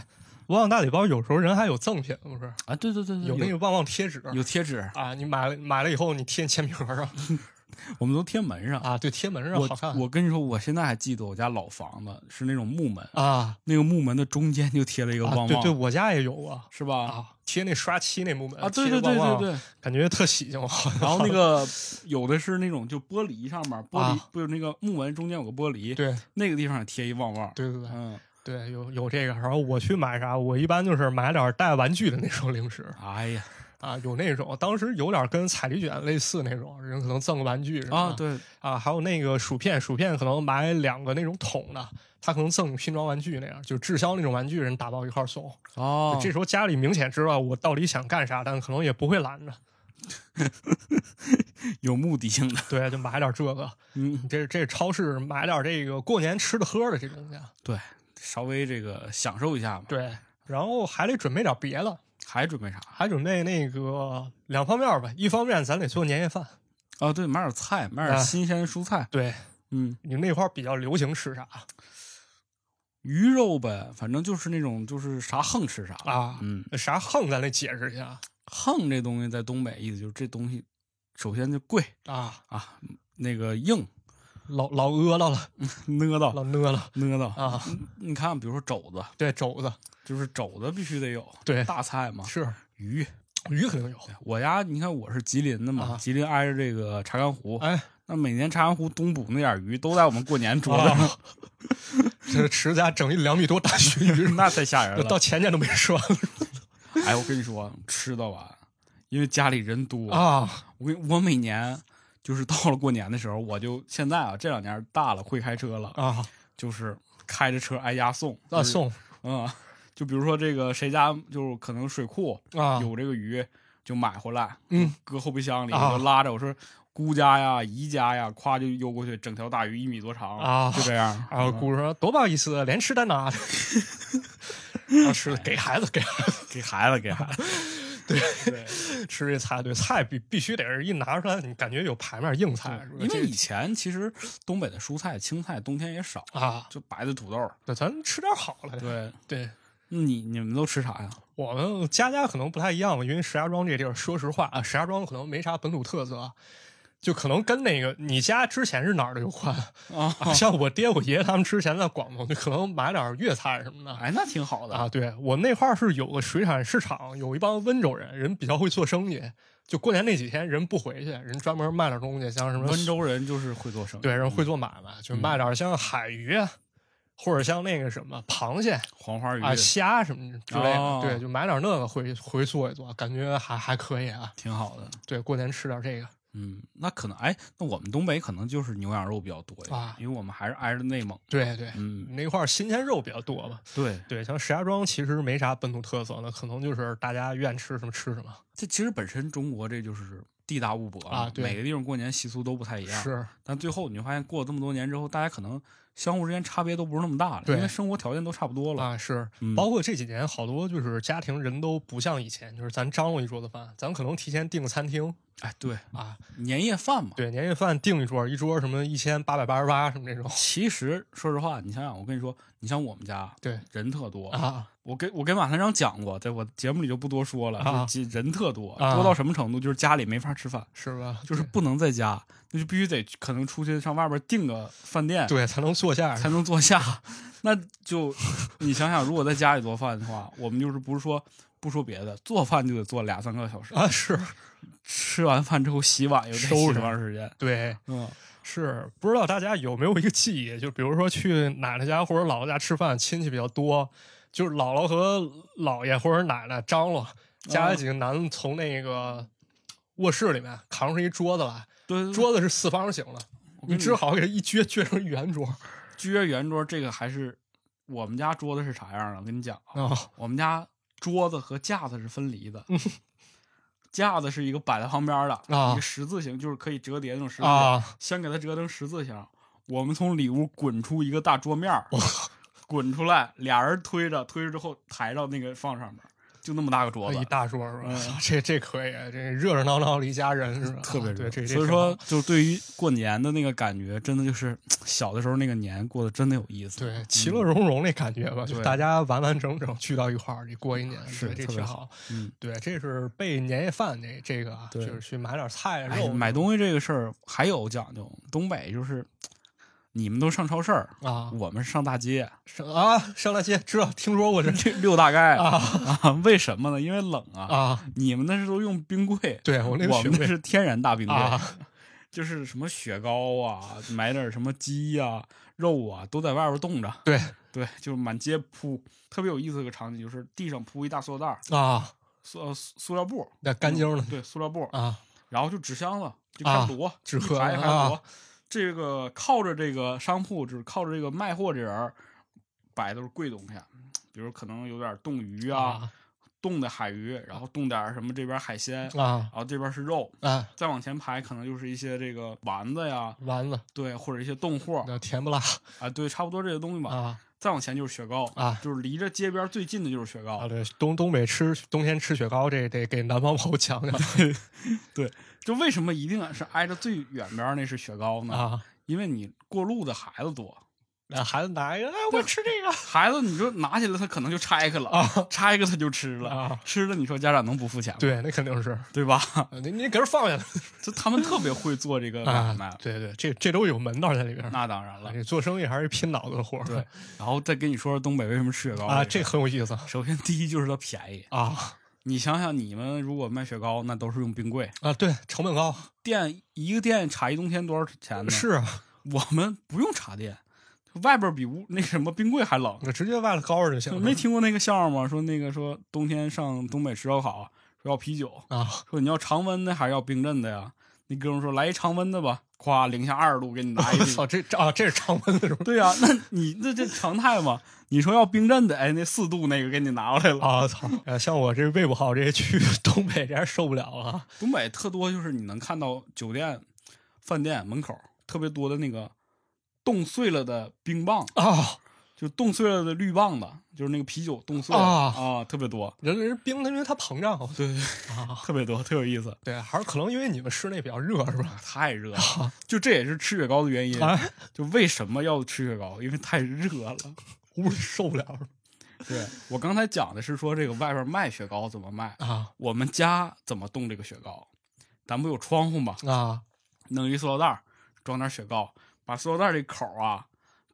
旺旺大礼包有时候人还有赠品，不是啊，对对对对，有那个旺旺贴纸有贴纸，啊？你买了买了以后，你贴签名儿上我们都贴门上。啊？对，贴门上好看我我跟你说，我现在还记得我家老房子是那种木门，啊那个木门的中间就贴了一个啊旺旺，对对，我家也有啊是吧？啊，贴那刷漆那木门啊，对贴对对旺对旺 对，感觉特喜庆。然 然后那个有的是那种就玻璃上面，玻璃啊不有那个木门中间有个玻璃，对那个地方也贴一旺旺。对对对嗯，对，有有这个。然后我去买啥？我一般就是买点儿带玩具的那种零食哎呀啊，有那种当时有点跟彩礼卷类似那种，人可能赠个玩具什么啊，的对，啊，还有那个薯片，薯片可能买两个那种桶的，他可能赠拼装玩具那样，就滞销那种玩具，人打包一块儿送。哦就这时候家里明显知道我到底想干啥，但可能也不会拦着，有目的性的， 对，就买点这个。嗯，这这超市买点这个过年吃的喝的这东西啊，稍微这个享受一下嘛。对，然后还得准备点别的，还准备啥？还准备那个两方面吧，一方面咱得做年夜饭，哦，对，买点菜，买点哎新鲜蔬菜。对啊嗯，你们那块儿比较流行吃啥啊鱼肉呗，反正就是那种就是啥横吃啥。啊？嗯，那啥横咱得解释一下横这东西在东北意思就是这东西，首先就贵啊，啊，那个 硬，老老饿了了，呢老叨饿了呢叨。啊，嗯你看，比如说肘子，对肘子，就是肘子必须得有，对大菜嘛，是鱼。鱼肯定有，我家你看我是吉林的嘛，啊吉林挨着这个查干湖，哎，那每年查干湖东捕那点鱼都在我们过年桌子 上，，啊这池家整一两米多大鲟鱼 那太吓人到了。前年都没吃完哎，我跟你说，吃的吧，因为家里人多，啊我跟我每年就是到了过年的时候，我就现在啊这两年大了会开车了，啊就是开着车挨家送啊，就是送嗯，就比如说这个谁家就是可能水库啊有这个鱼，就买回来，嗯，搁后备箱里，啊我就拉着我说姑家呀、姨家呀，夸就悠过去，整条大鱼一米多长啊就这样然后嗯姑说：“多不好意思，连吃带拿 的。”然后吃给孩子给孩给孩子给孩子，对对，子吃这菜，对菜必必须得是一拿出来，你感觉有排面硬菜，哎因为以这前其实东北的蔬菜青菜冬天也少，啊，就白的土豆，对，咱吃点好了。对，对，你你们都吃啥呀？我们家家可能不太一样吧，因为石家庄这地儿，说实话啊，石家庄可能没啥本土特色，就可能跟那个你家之前是哪儿的有关。啊，啊像我爹我爷他们之前在广东，就可能买点粤菜什么的。哎，那挺好的啊，对我们那块儿是有个水产市场，有一帮温州人，人比较会做生意。就过年那几天，人不回去，人专门卖点东西，像什么温州人就是会做生意，嗯对人会做买卖，就卖点像海鱼啊，或者像那个什么螃蟹黄花鱼啊、虾什么之类的。哦对，就买点那个回回做一做，感觉还还可以啊。挺好的。对，过年吃点这个。嗯，那可能哎，那我们东北可能就是牛羊肉比较多一点，啊因为我们还是挨着内蒙。对对，嗯，那块儿新鲜肉比较多嘛。对，对，像石家庄其实没啥本土特色的，可能就是大家愿吃什么吃什么。这其实本身中国这就是地大物博了啊对每个地方过年习俗都不太一样。，是，但最后你就发现，过了这么多年之后，大家可能相互之间差别都不是那么大了，对因为生活条件都差不多了。啊，是，嗯包括这几年好多就是家庭人都不像以前，就是咱张罗一桌子饭，咱可能提前订个餐厅哎，对，啊，年夜饭嘛。对，年夜饭订一桌，一桌什么一千八百八十八什么这种 其实说实话，你想想，我跟你说，你像我们家，对人特多。啊，我给我给马团长讲过，在我节目里就不多说了，啊就是人特多，啊多到什么程度，就是家里没法吃饭，是吧？就是不能在家，那就必须得可能出去上外边订个饭店，对才能坐下，才能坐下。那就你想想，如果在家里做饭的话，我们就是不是说不说别的，做饭就得做俩三个小时，啊，是吃完饭之后洗碗又得收洗拾多长时间？ 对，嗯，是不知道大家有没有一个记忆，就比如说去奶奶家或者姥姥家吃饭，亲戚比较多，就是姥姥和姥爷或者奶奶张罗家啊里几个男的从那个卧室里面扛出一桌子来，对，桌子是四方形的，我跟你你只好给它一撅撅成圆桌撅圆桌，这个还是我们家桌子是啥样的？我跟你讲啊，啊我们家桌子和架子是分离的，架子是一个摆在旁边的，嗯啊一个十字形，就是可以折叠那种十字形，啊先给它折成十字形。我们从里屋滚出一个大桌面儿，滚出来，俩人推着，推着之后抬到那个放上面，就那么大个桌子一，大桌是吧？嗯 这这可以，这热热闹闹的一家人是吧？特别啊对，热。这这所以挺说好，就对于过年的那个感觉，真的就是小的时候那个年过得真的有意思。对其乐融融那感觉吧，就嗯对大家完完整整聚到一块儿，你过一年，是对这特别挺好好。嗯，对，这是备年夜饭这这个啊，就对是去买点菜啊哎，肉买东西这个事儿还有讲究，东北就是你们都上超市儿，啊我们上大街上啊上大街，知道听说过 这溜大街啊啊为什么呢？因为冷啊。啊，你们那是都用冰柜，对我那个我雪们那柜是天然大冰柜，啊就是什么雪糕啊，买点什么鸡呀、肉啊，都在外边冻着。对对，就是满街铺，特别有意思的一个场景，就是地上铺一大塑料袋儿，啊，塑呃塑塑料布，那干净的对，塑料布，啊然后就纸箱子就开啊始摞，纸一盒排一排啊摞。这个靠着这个商铺，就是靠着这个卖货这人儿摆的都是贵东西，啊比如可能有点冻鱼啊，啊冻的海鱼，然后冻点儿什么这边海鲜，然啊后这边是肉，啊，再往前排可能就是一些这个丸子呀，丸子对，或者一些冻货那甜不辣啊，对，差不多这些东西吧。啊再往前就是雪糕啊就是离着街边最近的就是雪糕，啊，对东东北吃冬天吃雪糕，这得给南方朋友讲讲就为什么一定是挨着最远边儿那是雪糕呢？啊。因为你过路的孩子多，那孩子拿一个，哎，我吃这个孩子，你说拿起来他可能就拆开了，啊拆开他就吃了，啊啊，吃了你说家长能不付钱吗？对，那肯定是，对吧？你你给这放下来 就他们特别会做这 个买卖，对对，这这都有门道在里边儿。那当然了。你做生意还是拼脑子的活儿，对，然后再跟你说说东北为什么吃雪糕 啊，这这个事很有意思儿首先第一就是它便宜，啊你想想你们如果卖雪糕，那都是用冰柜，啊，对，成本高店一个店查一冬天多少钱呢？是啊，我们不用查店，外边比屋那什么冰柜还冷。那直接外头高着就行了。没听过那个笑话吗？说那个说冬天上东北吃烧烤，说要啤酒，啊说你要常温的还是要冰镇的呀？那哥们说来一常温的吧，夸零下二十度给你拿 一我冰操，。这这啊，这是常温 的是吧？对呀、那你那这常态嘛？你说要冰镇的，哎，那四度那个给你拿过来了。啊操！呃像我这胃不好，这去 东北这还受不了啊了东北特多就是你能看到酒店、饭店门口特别多的那个冻碎了的冰棒，啊！就冻碎了的绿棒子，就是那个啤酒冻碎了啊特别多，人人冰的，因为它膨胀对对，啊。特别多，特有意思。对，还是可能因为你们室内比较热是吧？ 太热了，就这也是吃雪糕的原因。啊，就为什么要吃雪糕？因为太热了。屋里受不了了对我刚才讲的是说这个外边卖雪糕怎么卖，啊我们家怎么冻这个雪糕？咱不有窗户吗？啊弄一塑料袋儿装点雪糕，把塑料袋儿这口儿啊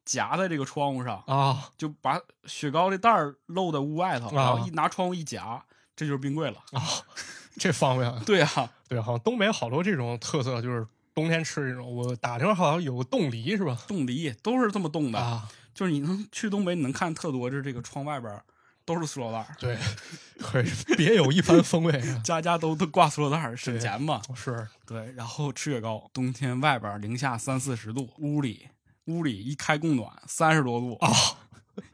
夹在这个窗户上，啊就把雪糕这袋儿露在屋外头，然后啊一拿窗户一夹，这就是冰柜了。啊，这方便。对啊，对，好像东北好多这种特色，就是冬天吃这种。我打听好像有个冻梨是吧？冻梨都是这么冻的，啊，就是你能去东北，你能看特多，就是这个窗外边儿都是塑料袋儿， 对，可是别有一番风味啊。 家家都都挂塑料袋儿，省对钱嘛。是对，然后吃雪糕，冬天外边儿零下三四十度，屋里屋里一开供暖三十多度， 啊，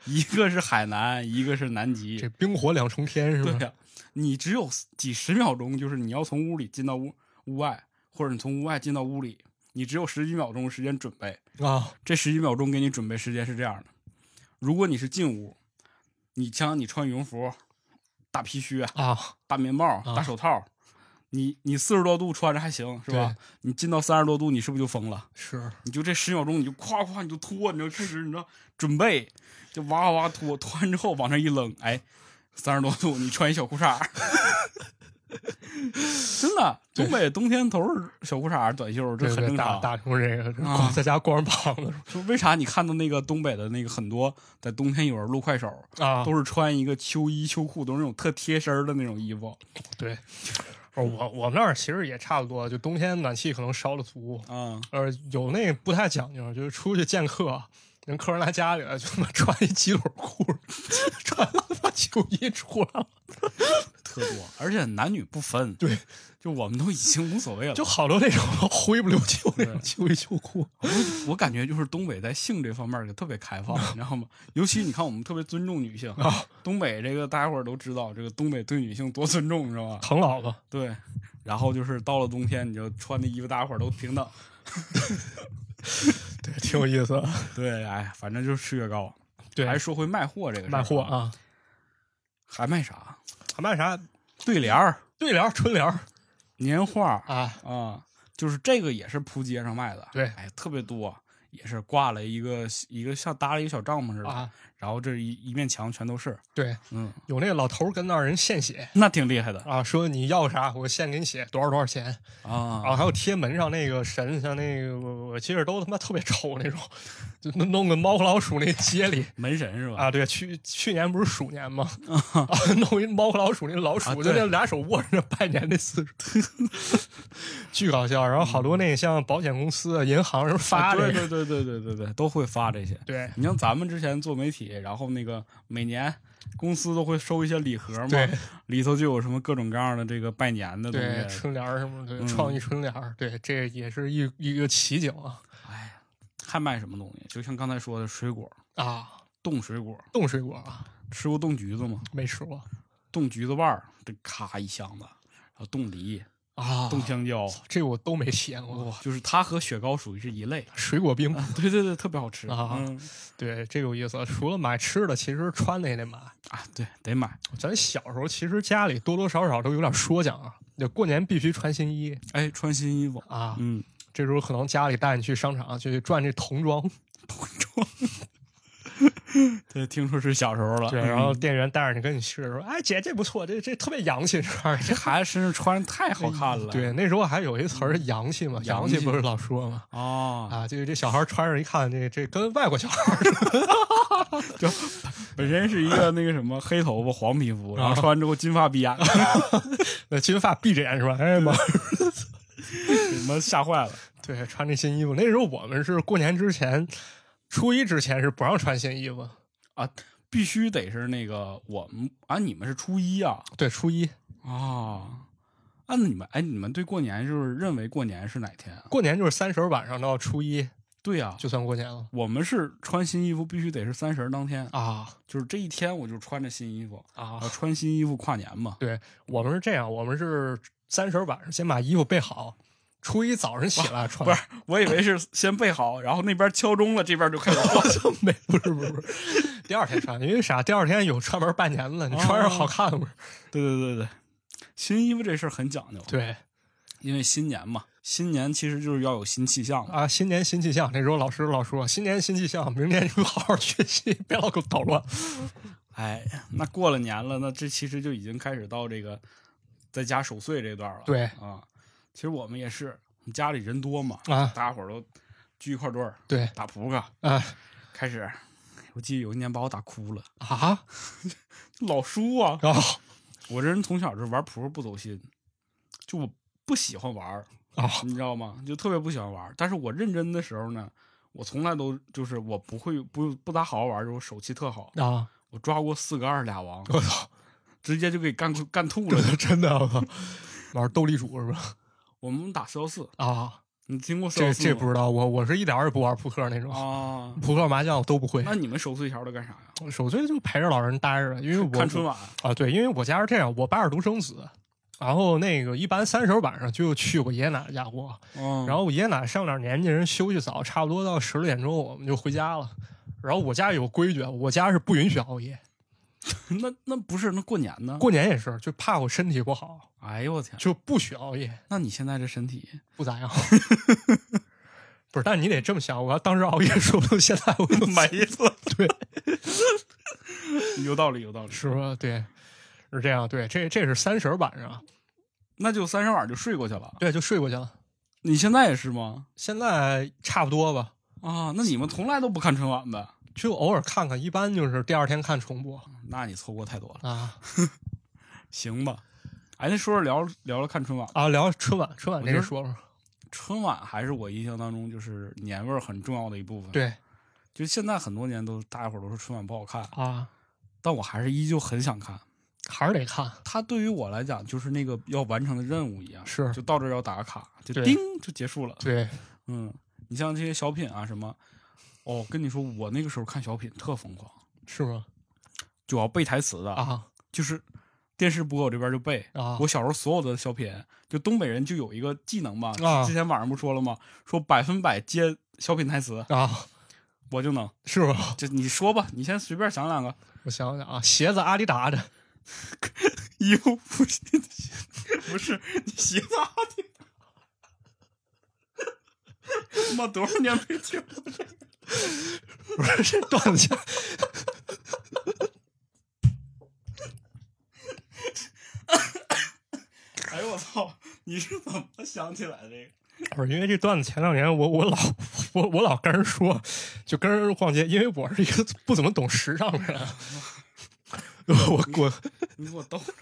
一个是海南，一个是南极，这冰火两重天是对吧？呀、你只有几十秒钟，就是你要从屋里进到屋屋外，或者你从屋外进到屋里，你只有十几秒钟时间准备。啊，这十几秒钟给你准备时间是这样的：如果你是进屋，你像你穿羽绒服、大皮靴、啊，大棉帽、啊大手套，你你四十多度穿着还行是吧？你进到三十多度，你是不是就疯了？是你就这十秒钟，你就夸夸你就脱，你就开始你知道准备，就哇哇脱，脱完之后往那一扔，哎，三十多度，你穿一小裤衩儿， 真的，对东北冬天都是小裤衩儿、短袖，这这很个正大常。大成这个啊光在家光着膀子就为啥你看到那个东北的那个很多在冬天有人录快手，啊，都是穿一个秋衣秋裤，都是那种特贴身儿的那种衣服对。哦我我们那儿其实也差不多，就冬天暖气可能烧的足，啊、呃，有那不太讲究，就是出去见客，人客人来家里了，就他妈穿一鸡腿裤，穿他妈秋衣出来了。特多，而且男女不分。对，就我们都已经无 所谓了。就好多那种灰不溜秋那种对秋衣秋裤我感觉就是东北在性这方面儿就特别开放，你知道吗？尤其你看我们特别尊重女性，啊，东北这个大家伙儿都知道，这个东北对女性多尊重，你知道吧？疼老婆对，然后就是到了冬天，你就穿的衣服大家伙儿都平等。对，挺有意思。啊对，哎，反正就是吃雪糕。对，还是说回卖货这个事儿卖货，啊，还卖啥？还卖啥对联儿、对联儿、春联儿年画儿啊？啊，就是这个也是铺街上卖的。对哎，特别多，也是挂了一个一个像搭了一个小帐篷似的，啊，然后这一一面墙全都是。对，嗯，有那老头儿跟那儿人献血那挺厉害的啊，说你要啥我献给你血，多少多少钱啊啊？还有贴门上那个神，像那个我我记着都他妈特别丑那种，就弄弄个猫和老鼠那街里。门神是吧？啊，对，去去年不是鼠年 吗？啊，弄一猫和老鼠，那老鼠、啊就对那俩手握着拜年那姿势， 巨搞笑。然后好多那像保险公司、银行人发啊这对个，对对对对对对，都会发这些。对你像咱们之前做媒体，然后那个每年公司都会收一些礼盒嘛，对里头就有什么各种各样的这个拜年的东对，西。春联儿什么的，嗯对创意春联儿，对，这也是一一个奇景啊哎呀，还卖什么东西？就像刚才说的，水果，啊！冻水果，冻水果啊，吃过冻橘子吗？没吃过冻橘子瓣儿，这咔一箱子，然后冻梨、啊，冻香蕉，这我都没体验过。哇，啊就是它和雪糕属于是一类。水果冰，对对对，特别好吃啊嗯对，这有意思。除了买吃的，其实穿的也得买。啊，对，得买。咱小时候其实家里多多少少都有点说讲啊，就过年必须穿新衣哎，穿新衣服，啊。嗯，这时候可能家里带你去商场去转这童装，对，听说是小时候了。对，嗯然后店员带着你跟你试，说：“哎，姐这不错，这这特别洋气，这 玩意儿。”孩子身上穿着太好看了。对，那时候还有一词儿“洋气”嘛，洋洋气气不是老说嘛？啊，啊，就是这小孩穿上一看，这这跟外国小孩儿就本身是一个那个什么黑头发黄皮肤，啊然后穿完之后金发碧 眼，那金发碧着眼是吧？哎呀妈，你们吓坏了。 对，穿这新衣服。那时候我们是过年之前，初一之前是不让穿新衣服，必须得是那个我们啊，你们是初一啊对，初一啊，啊你们哎，你们对过年就是认为过年是哪天啊？过年就是三十晚上到初一对呀、啊，就算过年了我们是穿新衣服必须得是三十儿当天，啊就是这一天我就穿着新衣服，啊然后穿新衣服跨年嘛。对我们是这样，我们是三十晚上先把衣服备好，初一早上起来穿。不是， 我以为是先备好，然后那边敲钟了，这边就 开始晃。 没，不是，不是，不是，第二天穿，因为啥？第二天有专门拜年的，你穿上好看不是？对对对对，新衣服这事儿很讲究，啊对因为新年嘛，新年其实就是要有新气象嘛。啊，新年新气象，那时候老师老说新年新气象，明年你们好好学习，别老给我捣乱。哎，那过了年了，那这其实就已经开始到这个在家守岁这段了。对啊，其实我们也是，你家里人多嘛，啊，大家伙儿都聚一块儿堆儿对打扑克，啊开始。我记得有一年把我打哭了，啊，哦老输啊！然后我这人从小就玩扑克不走心，就我不喜欢玩儿，啊你知道吗？就特别不喜欢玩儿。但是我认真的时候呢，我从来都就是我不会不不咋好好玩儿，就是我手气特好，啊，我抓过四个二俩王，我操，直接就给干干吐了。真的我操，玩斗地主是吧？我们打四幺四， 啊，你听过四幺这四这不知道，我我是一点儿也不玩扑克那种，啊？扑克麻将我都不会，那你们守岁条都干啥呀？守岁就陪着老人待着，因为我看春晚啊，对，因为我家是这样，我爸是独生子，然后那个一般三十晚上就去我爷爷奶奶家过，嗯然后我爷爷奶奶上点年纪，人休息早，差不多到十点钟我们就回家了。然后我家有规矩，啊我家是不允许熬夜，那那不是那过年呢？过年也是，就怕我身体不好，哎呦我天！就不许熬夜，那你现在这身 体，不咋样。不是，但你得这么想，我要当时熬夜，说不定现在我都 没了。对，有道理有道理。是吧？对，是这样。对，这这是三十晚上，那就三十晚就睡过去了。对，就睡过去了。你现在也是吗？现在差不多吧，啊，那你们从来都不看春晚呗？就偶尔看看，一般就是第二天看重播那你错过太多了。啊行吧，哎，那说说聊聊聊看春晚，啊。聊春晚，春晚这我觉个得说说，春晚还是我印象当中就是年味儿很重要的一部分。，对就现在很多年都大家伙儿都说春晚不好看，啊，但我还是依旧很想看。还是得看。它对于我来讲就是那个要完成的任务一样，是就到这儿要打个卡，就对叮就结束了。对，嗯，你像这些小品啊什么，哦，跟你说，我那个时候看小品特疯狂，是吗？就要背台词的，啊就是电视播我这边就背。啊，我小时候所有的小品，就东北人就有一个技能吧，啊之前网上不说了吗？说百分百接小品台词，啊，我就能。是吗？就你说吧，你先随便想两个。我想想啊，鞋子阿迪达的，衣服不是 不是你鞋子啊阿迪达，妈多少年没听了 不是这段子 家，哎呦我操！你是怎么想起来这个？不是因为这段子前两年我我老我我老跟人说，就跟人逛街，因为我是一个不怎么懂时尚的人， 我我你给我逗着！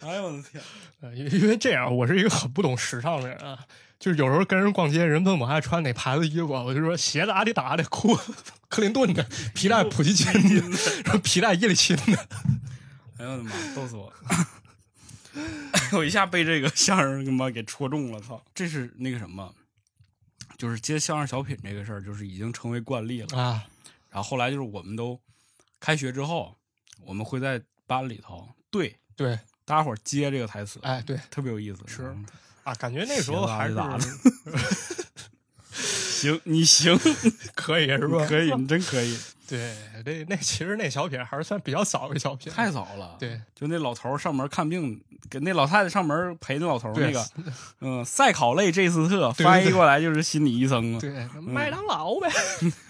哎呦我的天！呃因为因为这样，我是一个很不懂时尚的人啊，就是有时候跟人逛街，人问我爱穿哪牌子衣服啊，我就说鞋子阿迪达的，裤子克林顿的，皮带普希金的，然后皮带叶利钦的，哎呦我的妈！逗死我了！ 我一下被这个相声他妈给戳中了，操！这是那个什么，就是接相声小品这个事儿，就是已经成为惯例了。啊然后后来就是我们都开学之后，我们会在班里头对对，大家伙儿接这个台词，哎对。特别有意思。是嗯啊，感觉那时候鞋子阿还迪是达的 行，你行， 可以是你吧？可以，你真可以，对，那那其实那小品还是算比较早的小品， 太早了。，对就那老头儿上门看病，给那老太太上门陪那老头儿对 那个，嗯，赛考类这次特对对翻译过来就是心理医生啊。对，麦当劳呗。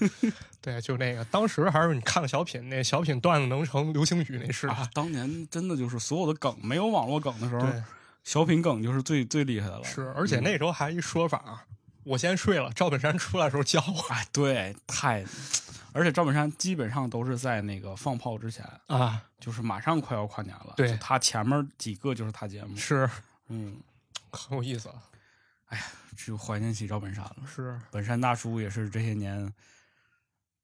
对，就那个当时还是你看个小品，那小品段子能成流行语那是啊，当年真的就是所有的梗，没有网络梗的时候，对，小品梗就是最最厉害的了。是，而嗯且那时候还一说法儿，我先睡了，赵本山出来的时候教我哎，对，太，而且赵本山基本上都是在那个放炮之前，啊，就是马上快要跨年了，对就他前面几个就是他节 目，是嗯，很有意思啊，就怀念起赵本山了。是本山大叔也是这些年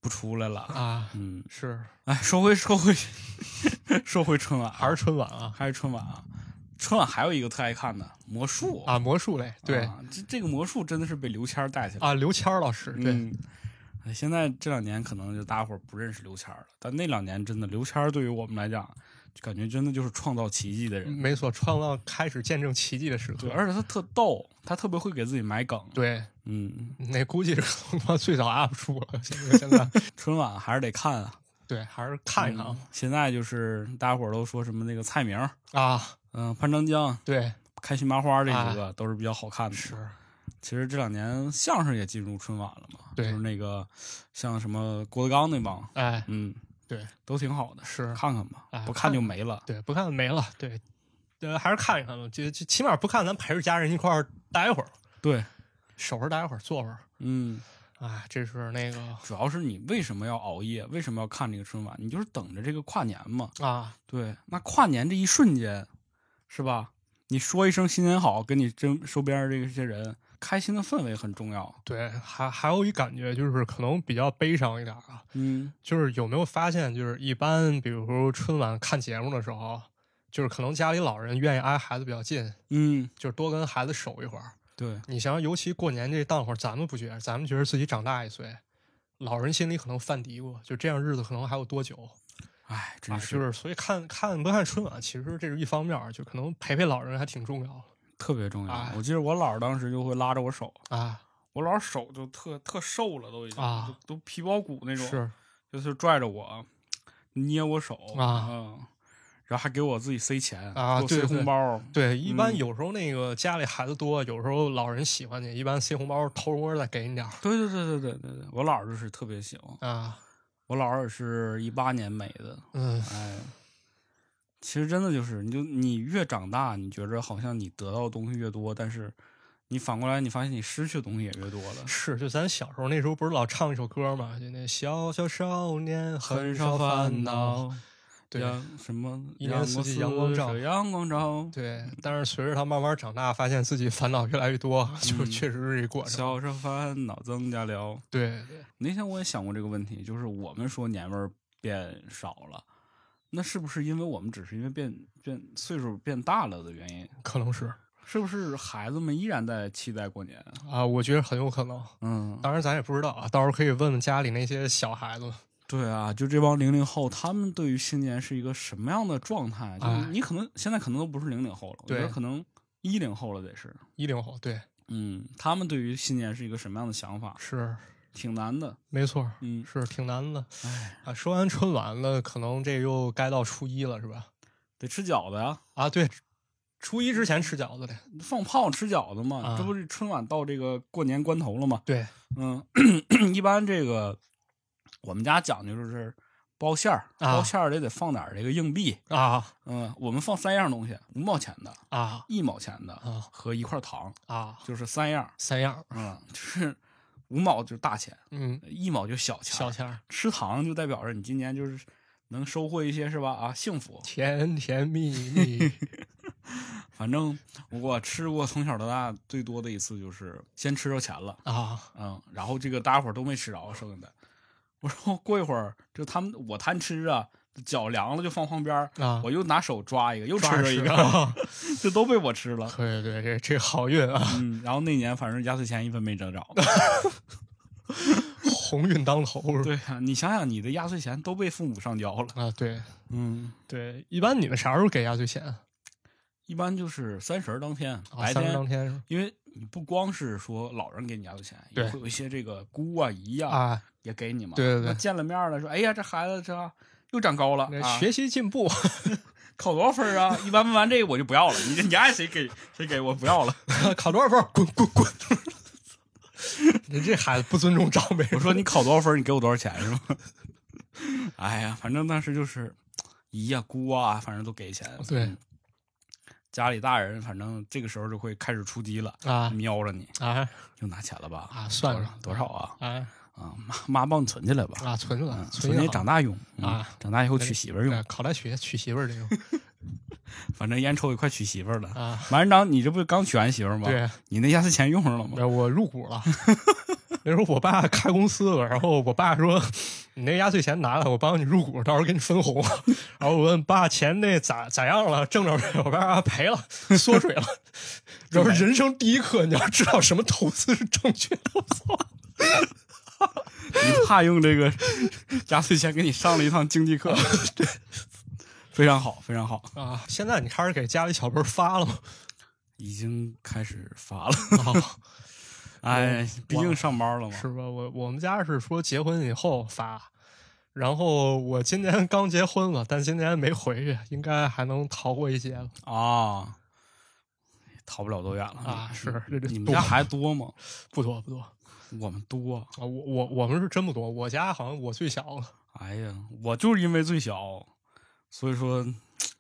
不出来了， 啊，嗯，是哎，说回说回 说回春晚啊，还是春晚啊还是春晚啊，春晚还有一个特爱看的魔术，啊，魔术类对啊这这个魔术真的是被刘谦儿带起来了。啊，刘谦儿老师对嗯哎现在这两年可能就大家伙儿不认识刘谦儿了，但那两年真的刘谦儿对于我们来讲，就感觉真的就是创造奇迹的人。没错，创造开始见证奇迹的时嗯对，刻，而且他特逗，他特别会给自己埋梗。对，嗯，那估计是他妈最早 UP 主了，现在现 在春晚还是得看啊，对，还是看一啊看嗯现在就是大家伙儿都说什么那个蔡明儿，啊，嗯、潘长江、对，开心麻花这几个都是比较好看的。哎是，其实这两年相声也进入春晚了嘛，对就是那个像什么郭德纲那帮，哎，嗯，对，都挺好的，是，看看吧，哎不看就没了。对，不看没了，对，呃，还是看一看吧，就就起码不看，咱陪着家人一块儿待一会儿，对，守会儿待会儿，坐会儿。嗯，哎，这是那个主要是你为什么要熬夜？为什么要看这个春晚？你就是等着这个跨年嘛。啊，对，那跨年这一瞬间，是吧？你说一声新年好，跟你真周边儿这些人开心的氛围很重要。对，还还有一感觉就是可能比较悲伤一点啊，嗯，就是有没有发现，就是一般比如说春晚看节目的时候，就是可能家里老人愿意挨孩子比较近，嗯，就是多跟孩子守一会儿。对，你想想，尤其过年这档会儿，咱们不觉得，咱们觉得自己长大一岁，老人心里可能犯嘀咕，就这样日子可能还有多久？哎，真啊，是、就是所以看看不看春晚，其实这是一方面儿，就可能陪陪老人还挺重要特别重要。哎我记得我姥儿当时就会拉着我手，的啊。我姥儿手就特特瘦了，都已经、啊都都皮包骨那种，是就是拽着我捏我手啊嗯，然后还给我自己塞钱啊给我塞对对红包，对，一般嗯有时候那个家里孩子多，有时候老人喜欢你，一般塞红包偷摸再给你点儿对对对对对对对，我姥儿就是特别喜欢，啊。我姥儿也是一八年美的，嗯，哎，其实真的就是，你就你越长大，你觉着好像你得到的东西越多，但是你反过来，你发现你失去的东西也越多了。是，就咱小时候那时候不是老唱一首歌嘛，就那小小少年很少烦恼。，对阳什么一年四季阳光照水阳光照，对，但是随着他慢慢长大，发现自己烦恼越来越多，就嗯确实是一过程。小时候烦恼增加了。对对那天我也想过这个问题，就是我们说年味儿变少了，那是不是因为我们只是因为变变岁数变大了的原因？可能是是不是孩子们依然在期待过年？啊，我觉得很有可能。嗯，当然，咱也不知道啊，到时候可以问问家里那些小孩子。对啊，就这帮零零后，他们对于新年是一个什么样的状态？就哎是你可能现在可能都不是零零后了，我觉得对可能一零后了得是。一零后，对，嗯，他们对于新年是一个什么样的想法？是挺难的。没错，嗯，是挺难的唉，啊。说完春晚了，可能这又该到初一了，是吧？得吃饺子呀，啊，对，初一之前吃饺子的，放炮吃饺子嘛。啊这不是春晚到这个过年关头了嘛？对嗯， 一般这个我们家讲究就是包馅儿，啊包馅儿得得放点儿这个硬币。啊嗯，我们放三样东西：五毛钱的、啊一毛钱的啊和一块糖，啊，就是三样。三样儿，嗯，就是五毛就是大钱，嗯，一毛就是小钱。小钱儿，吃糖就代表着你今年就是能收获一些是吧？啊，幸福。甜甜蜜 蜜反正我吃过从小到大最多的一次就是先吃着钱了，啊嗯，然后这个大家伙儿都没吃着，剩下的，我说过一会儿就他们我贪吃啊，脚凉了就放旁边儿。啊我，又拿手抓一个，又吃抓了一吃个， 啊这都被我吃了。 对对，这这好运啊，嗯，然后那年反正压岁钱一分没挣着。鸿运当头是吧？对啊，你想想，你的压岁钱都被父母上交了。啊，对嗯，对，一般你们啥时候给压岁钱啊？一般就是三十儿当天，啊白三十天，当天是吧？因为你不光是说老人给你压岁钱，也对会有一些这个姑啊姨啊啊，也给你嘛。对对对那见了面儿了，说哎呀，这孩子这又长高了，那啊、学习进步 考多少分儿啊？一般问完这个我就不要了，你你爱谁给谁给我不要了。考多少分儿？滚滚滚！ 你这孩子不尊重长辈。 我说你考多少分儿，你给我多少钱是吗？ 哎呀，反正当时就是姨呀、姑啊，反正都给钱。对嗯家里大人反正这个时候就会开始出击了，啊瞄着你啊又拿钱了吧？啊！算嗯多了少多少啊？啊啊，妈妈帮你存起来吧，啊，存嗯了，存了给长大用嗯啊长大以后娶媳妇儿用啊。考大学娶媳妇儿这 种反正眼瞅也快娶媳妇儿了，啊，马院长，你这不是刚娶完媳妇儿吗？，对，啊你那压岁钱用上了吗？我入股 了。那时候我爸开公司了，然后我爸说：“你那压岁钱拿来，我帮你入股，到时候给你分红。” 然后我问爸：“钱那咋咋样了？挣着没有？”我爸说啊赔了，缩水 了。然后人生第一课，你要知道什么投资是正确的。我操！你怕用这个压岁钱给你上了一趟经济课， 非常好，非常好，啊，现在你开始给家里小辈儿发了吗？ 已经开始发了。啊，哎，毕竟上班了嘛。嗯是吧？我我们家是说结婚以后发，然后我今年刚结婚了，但今年没回去，应该还能逃过一劫了啊，逃不了多远了啊！是，这这你们多家孩子多吗？不多不多啊？我们多。我我我们是真不多，我家好像我最小了哎呀，我就是因为最小，所以说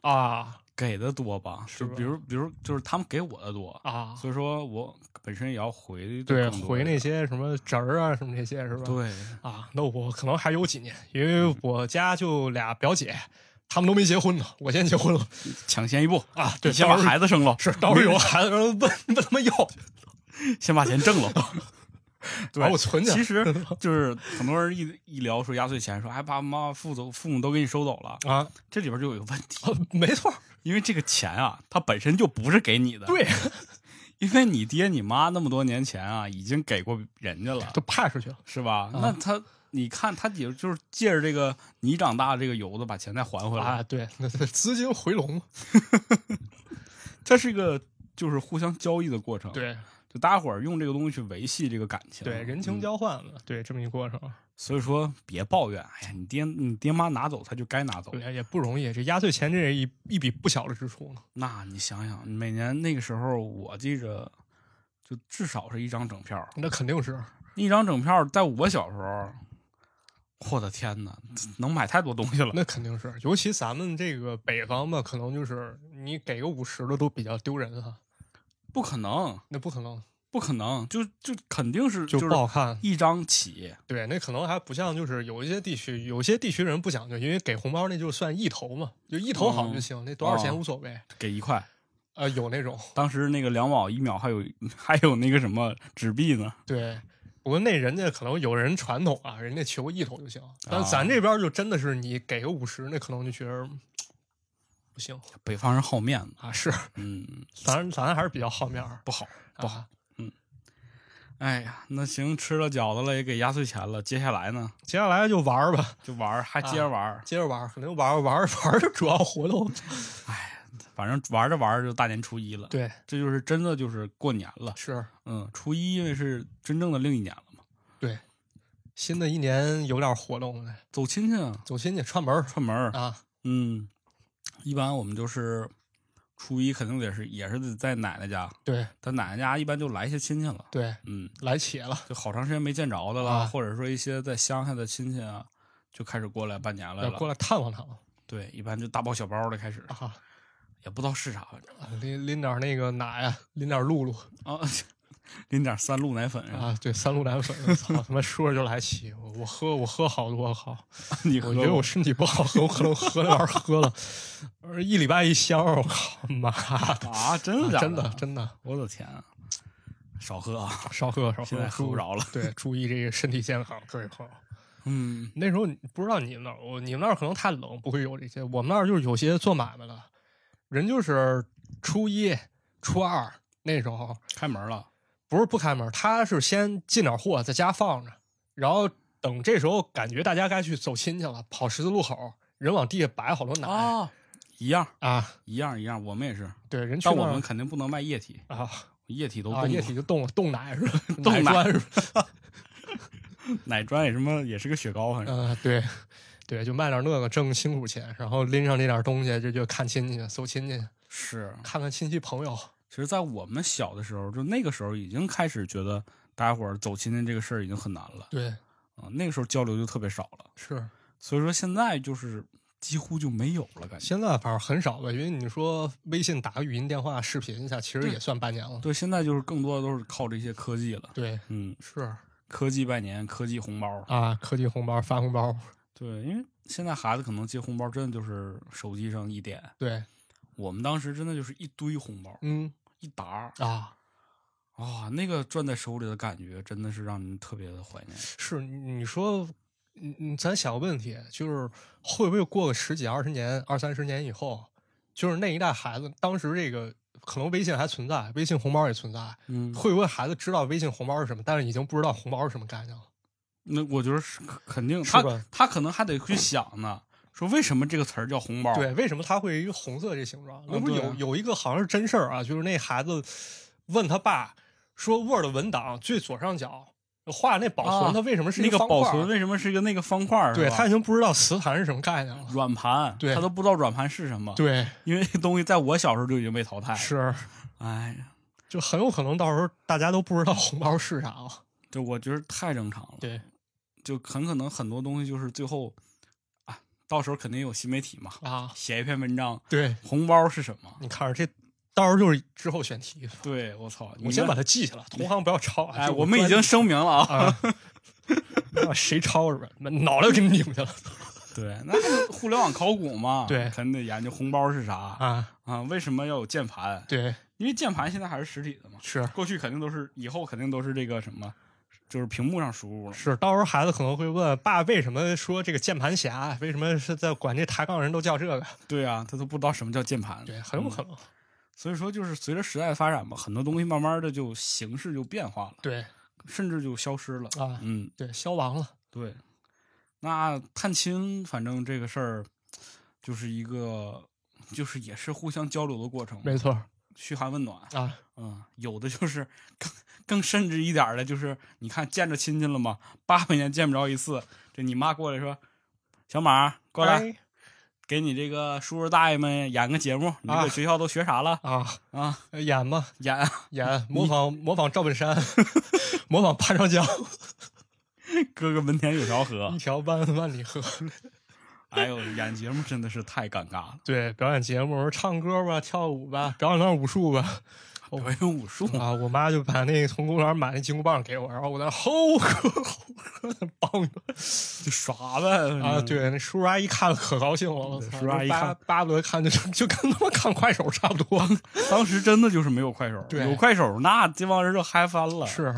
啊！给的多吧？是就吧比如比如就是他们给我的多，啊，所以说我本身也要回对，更多回一那点些什么侄儿啊，什么这些是吧？对啊，那我可能还有几年，因为我家就俩表姐，她们都没结婚呢，我先结婚了 抢先一步，啊。你对，先把到时候孩子生了，是到时候有啊孩子，然后问问他们要，先把钱 挣了。对把我存起来。其实就是 很多人一一聊说压岁钱，说哎，爸爸妈妈父走父母都给你收走了，啊，这里边就有一个问题，没错儿，因为这个钱啊，它本身就不是给你的，，对，因为你爹你妈那么多年前啊，已经给过人家了，就派出去了。是吧？啊那他你看，他也就是借着这个你长大这个由子把钱再还回来，啊，对，那那资金回笼，这是一个就是互相交易的过程，，对就大家伙儿用这个东西去维系这个感情，对，人情啊嗯交换嘛，对这么一过程，所以说别抱怨，哎呀，你爹你爹妈拿走他就该拿走，对也不容易，这压岁钱这一一笔不小的支出呢。那你想想，每年那个时候，我记着就至少是一张整票儿，那肯定是一张整票儿在我小时候，我的天哪，能买太多东西了。那肯定是，尤其咱们这个北方吧，可能就是你给个五十的都比较丢人啊，不可能，那不可能不可能，就就肯定是就是不好看。一张起，对，那可能还不像就是有一些地区，有些地区人不讲究，因为给红包那就算一头嘛，就一头好就行，那多少钱哦无所谓。给一块。呃，有那种当时那个两毛一秒，还有还有那个什么纸币呢，对。不过那人家可能有人传统啊，人家求一头就行，但咱啊这边就真的是你给个五十，那可能就觉得嗯不行北方人好面子，啊。是，嗯，咱咱还是比较好面儿，不好。不啊好。哎呀，那行，吃了饺子了，也给压岁钱了，接下来呢，接下来就玩儿吧，就玩儿，还接啊着玩儿。接着玩儿，可能玩儿玩儿玩儿的主要活 动。反正玩着玩着就大年初一了，对，这就是真的就是过年了。是嗯，初一因为是真正的另一年了嘛，新的一年有点活动了，走亲戚啊，走亲戚串门儿串门儿，啊，嗯，一般我们就是初一肯定得是也是得在奶奶家，对但奶奶家一般就来一些亲戚了，对，嗯，来且了，就好长时间没见着的了，啊或者说一些在乡下的亲戚啊，就开始过来拜年来要了，过来探望探望对，一般就大包小包的开始，啊，也不知道是啥，反正拎拎点儿那个奶啊，拎点儿露露啊，拎点三鹿奶粉啊，啊，对，三鹿奶粉，我操他妈说着就来气，我我喝我喝好多好，你我喝觉得过我身体不好，我可能喝那玩意儿喝了，而一礼拜一箱，我靠妈的，啊，真的假啊真的的真的我的天啊，少 喝啊！少喝少现在喝，喝不注着了。对，注意这个身体健康，各位朋友。嗯，那时候你不知道你们那儿，我你们那儿可能太冷，不会有这些。我们那儿就是有些做买卖的，人就是初一、初二那时候，开门了，不是不开门，他是先进点货在家放着，然后等这时候感觉大家该去走亲戚了，跑十字路口，人往地下摆好多奶、啊，一样啊，一样一样，我们也是，对，人去但那我儿们肯定不能卖液体，啊液体都冻啊，了，液体就冻了，冻奶 是吧？冻奶砖是吧？ 奶砖也什么也是个雪糕，反正、嗯、对。对，就卖点那个挣辛苦钱，然后拎上那点东西，这就看亲戚、走亲戚、是。看看亲戚朋友，其实，在我们小的时候，就那个时候已经开始觉得大家伙儿走亲戚这个事儿已经很难了对，啊、那个时候交流就特别少了，是所以说现在就是几乎就没有了，感觉。现在反正很少了，因为你说微信打个语音电话、视频一下，其实对也算半年了。对，现在就是更多的都是靠这些科技了，对，嗯，是科技拜年，科技红包，啊，科技红包发红包，对，因为现在孩子可能接红包真的就是手机上一点，对，我们当时真的就是一堆红包，嗯一沓儿啊，啊、那个攥在手里的感觉真的是让人特别的怀念。是你你说，你你咱想个问题，就是会不会过个十几二十年、二三十年以后，就是那一代孩子，当时这个可能微信还存在，微信红包也存在，嗯，会不会孩子知道微信红包是什么，但是已经不知道红包是什么概念了？那我觉得是肯肯定，是他吧他可能还得去想呢，说为什么这个词儿叫红包？，对，为什么它会有一个红色这形状？那哦嗯不是对有啊有一个好像是真事儿啊，就是那孩子问他爸说 Word 文档最左上角画那保存，啊它为什么是一那个方块保儿？存为什么是一个那个方块儿？对是吧哦他已经不知道磁盘是什么概念了。软盘，对他都不知道软盘是什么，对，因为这东西在我小时候就已经被淘汰了。是，哎呀，就很有可能到时候大家都不知道红包是啥了。就我觉得太正常了。对，就很可能很多东西就是最后啊，到时候肯定有新媒体嘛，啊，写一篇文章，对，红包是什么？你看着这，到时候就是之后选题，对我操，你我先们把它记下来，同行不要抄啊。哎，就我们已经专声明了啊， 啊，啊 谁抄是吧？脑袋给你拧去了对，那互联网考古嘛，对肯定得研究红包是啥啊 啊！为什么要有键 盘？对，因为键盘现在还是实体的嘛，是过去肯定都是，以后肯定都是这个什么，就是屏幕上输入了。是，到时候孩子可能会问爸，为什么说这个键盘侠？为什么是在管这抬杠人都叫这个？对啊，他都不知道什么叫键盘。嗯对，嗯很有可能。所以说，就是随着时代的发展吧，很多东西慢慢的就形式就变化了，对甚至就消失了。啊，嗯，对，消亡了。对。那探亲，反正这个事儿就是一个，就是也是互相交流的过程嘛，没错儿嘘寒问暖。啊，嗯，有的就是更更甚至一点儿的，就是你看见着亲戚了吗？八百年见不着一次，这你妈过来说，小马儿过来，哎给你这个叔叔大爷们演个节目，你啊这个学校都学啥了啊，啊？演吧，演 啊演模仿模仿赵本山， 模仿潘长江，哥哥文田有条一河，条弯万里河。哎呦，演节目真的是太尴尬了， 对，表演节目，唱歌吧，跳舞吧，表演段武术吧。哦表演武术，啊，我妈就把那个从公园买那金箍棒给我，然后我在那吼呵吼呵的棒就耍呗啊，，对，那叔叔阿姨看了可高兴了，我对操叔叔阿姨巴看巴不得看就就跟他妈看快手差不多，当时真的就是没有快手，对有快手那这帮人就嗨翻了，是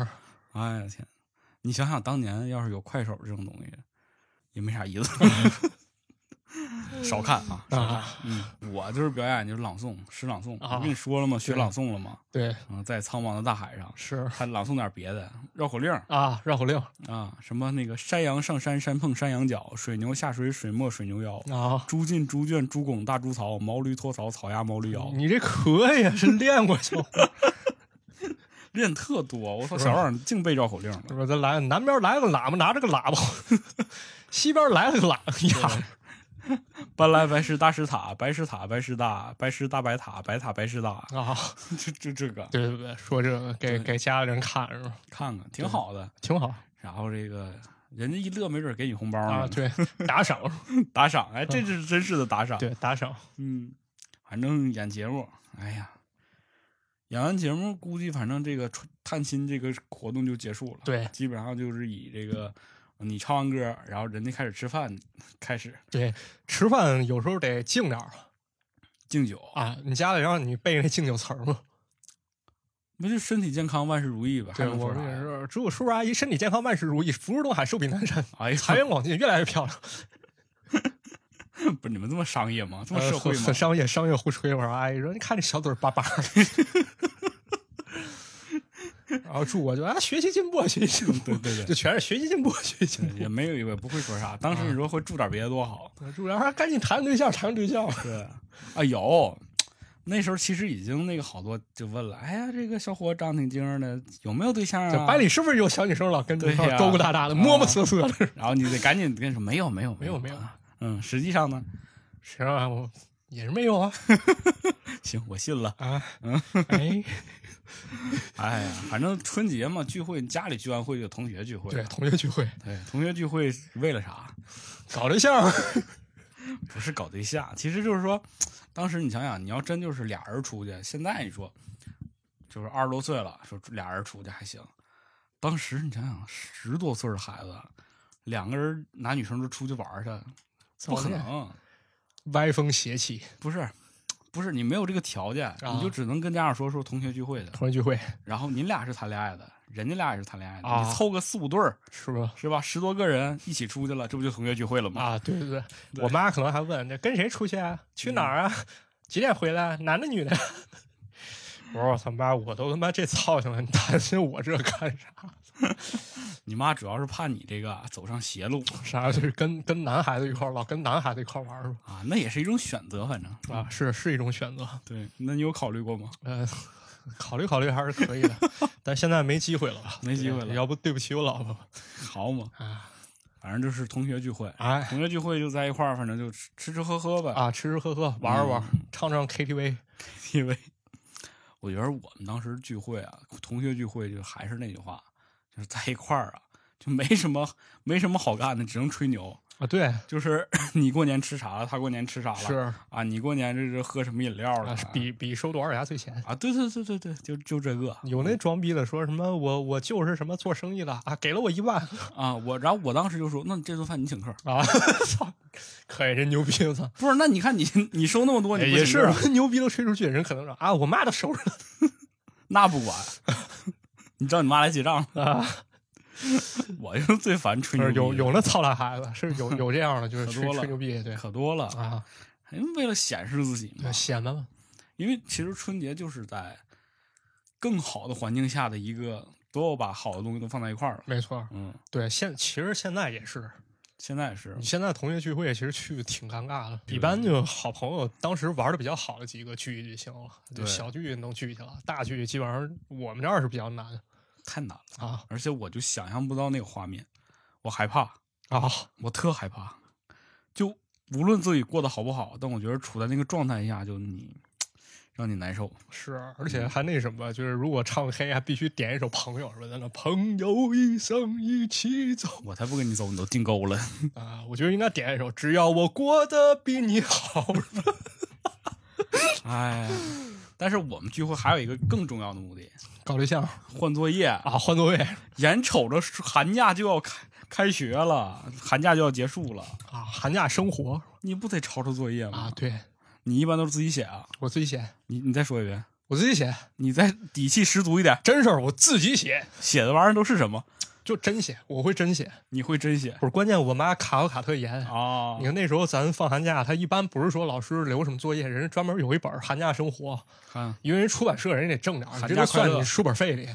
哎呀天，你想想当年要是有快手这种东西，也没啥意思。少看啊，少看。啊，嗯，我就是表演就是朗诵，诗朗诵。啊我跟你说了吗？学对朗诵了吗？对，嗯，在苍茫的大海上，是还朗诵点别的，绕口令儿啊，绕口令啊，什么那个山羊上山，山碰山羊角；水牛下水，水没水牛腰；啊，猪进猪圈，猪拱大猪槽；毛驴脱槽，草压毛驴腰。你这可以啊，是练过就，练特多，我操，是小二你净背绕口令了。我说咱来南边来个喇嘛，拿着个喇叭，西边来了个喇叭呀，搬来白石大石塔，白石塔白石大，白石大白塔，白塔白石大， 啊，就就这个对对对，说这个给对给家里人看是吧？看看挺好的。挺好然后这个人家一乐，没准给你红包呢， 啊，对，打赏，打赏， 哎，这是真是的打赏。对打赏，嗯，反正演节目，哎呀，演完节目估计反正这个春探亲这个活动就结束了，，对基本上就是以这个你唱完歌，然后人家开始吃饭，开始对，吃饭有时候得敬点儿敬酒，啊，你家里让你背那敬酒词儿吗？那就身体健康，万事如意呗。还对，能说我啥们也呀？是，祝叔叔阿姨身体健康，万事如意，福如东海，寿比 南山，哎呀，财源广进，越来越漂亮。不是你们这么商业吗？这么呃社会很 吗很？商业，商业互吹。我说阿姨说，你看这小嘴儿巴巴 儿。 然后祝我就啊，学习进步，学习进步，嗯对对对就全是学习进步，学习进也步。没有，也不会说啥。当时你啊说会注点别的多好， 祝然后赶紧谈个对象，谈个对象。对啊，有那时候其实已经那个好多就问了，哎呀，这个小伙长挺精的，有没有对 象这啊？班里是不是有小女生老跟你一块对儿呀勾勾搭搭的，啊摸摸瑟瑟 的？然后你得赶紧跟你说没有没有没有没有啊嗯，实际上呢，是啊，我也是没有啊行，我信了。啊，嗯 哎，哎呀，反正春节嘛，聚会，家里聚完会就同学聚会。对，同学聚会对，同学聚会为了啥？搞对象，不是搞 对象，其实就是说，当时你想想，你要真就是俩人出去，现在你说就是二十多岁了，说俩人出去还行。当时你想想，十多岁的孩子，两个人男女生都出去玩儿去， 不可能，歪风邪气，不是，不是你没有这个条件，啊你就只能跟家长说说同学聚会的，同学聚会然后你俩是谈恋爱的，人家俩也是谈恋爱的，啊你凑个四五对儿是不是？是吧？十多个人一起出去了，这不就同学聚会了 吗？啊，对对对，对我妈可能还问这跟谁出去啊？去哪儿啊？几点回来？啊男的女 的？我说我他妈，我都他妈这操性了，你担心我这干啥？你妈主要是怕你这个走上邪路啥就是跟跟男孩子一块儿，老跟男孩子一块儿玩儿啊，那也是一种选择，反正啊，是是一种选择。对，那你有考虑过吗？呃，考虑考虑还是可以 的，但现在没机会了吧？没机会了对要不对不起我老婆好嘛，啊！反正就是同学聚会，哎同学聚会就在一块儿，反正就吃吃吃喝喝呗。啊，吃吃喝喝，玩儿玩儿，唱唱 KTV 因为我觉得我们当时聚会啊，同学聚会就还是那句话，就是在一块儿啊，就没什么没什么好干的，只能吹牛。啊，对，就是 你过年吃啥了，他过年吃啥了，是啊，你过年这是喝什么饮料了，啊，是比比收多少牙最钱。啊，对对对对对，就就这个有那装逼的说什么我我就是什么做生意的啊，给了我一万啊，我然后我当时就说，那这顿饭你请客， 啊，操，可以，真牛逼，我操！不是，那你看你你收那么多，你哎不也请是客啊牛逼都吹出去，人可能说啊，我妈都收拾那不管， 你找你妈来结账，了啊， 我就最烦吹不牛是逼的，有有那操蛋孩子，是有有这样的，就是哎可吹多了吹牛逼，对可多了，啊，哎为了显示自己嘛对，，显摆嗯嘛，因为其实春节就是在更好的环境下的一个，都要把好的东西都放在一块儿了。没错，嗯，对，现其实现在也是，现在也是你，现在同学聚会其实去挺尴尬的，一般就好朋友当时玩的比较好的几个聚一聚行了，就对小聚能聚去了，大聚基本上我们这儿是比较难太难了，啊而且我就想象不到那个画面，我害怕，啊，我特害怕。就无论自己过得好不好，但我觉得处在那个状态下，就你让你难受。是，而且还那什么，就是如果唱黑还必须点一首朋友什么的，那朋友一生一起走。我才不跟你走，你都进沟了。啊，我觉得应该点一首《只要我过得比你好》哎，但是我们聚会还有一个更重要的目的，搞对象换作业。啊，换座位眼瞅着寒假就要开开学了，寒假就要结束了。啊，寒假生活你不得抄抄作业吗？啊，对你一般都是自己写啊？我自己写，你你再说一遍，我自己写，你再底气十足一点，真事儿，我自己写，写的玩意儿都是什么？就真写，我会真写。你会真写不是，关键我妈卡我卡特严。啊你？看那时候咱放寒假，她一般不是说老师留什么作业，人家专门有一本儿寒假生活，看，因为人出版社人家得挣点儿，寒这假就快算乐你书本费里，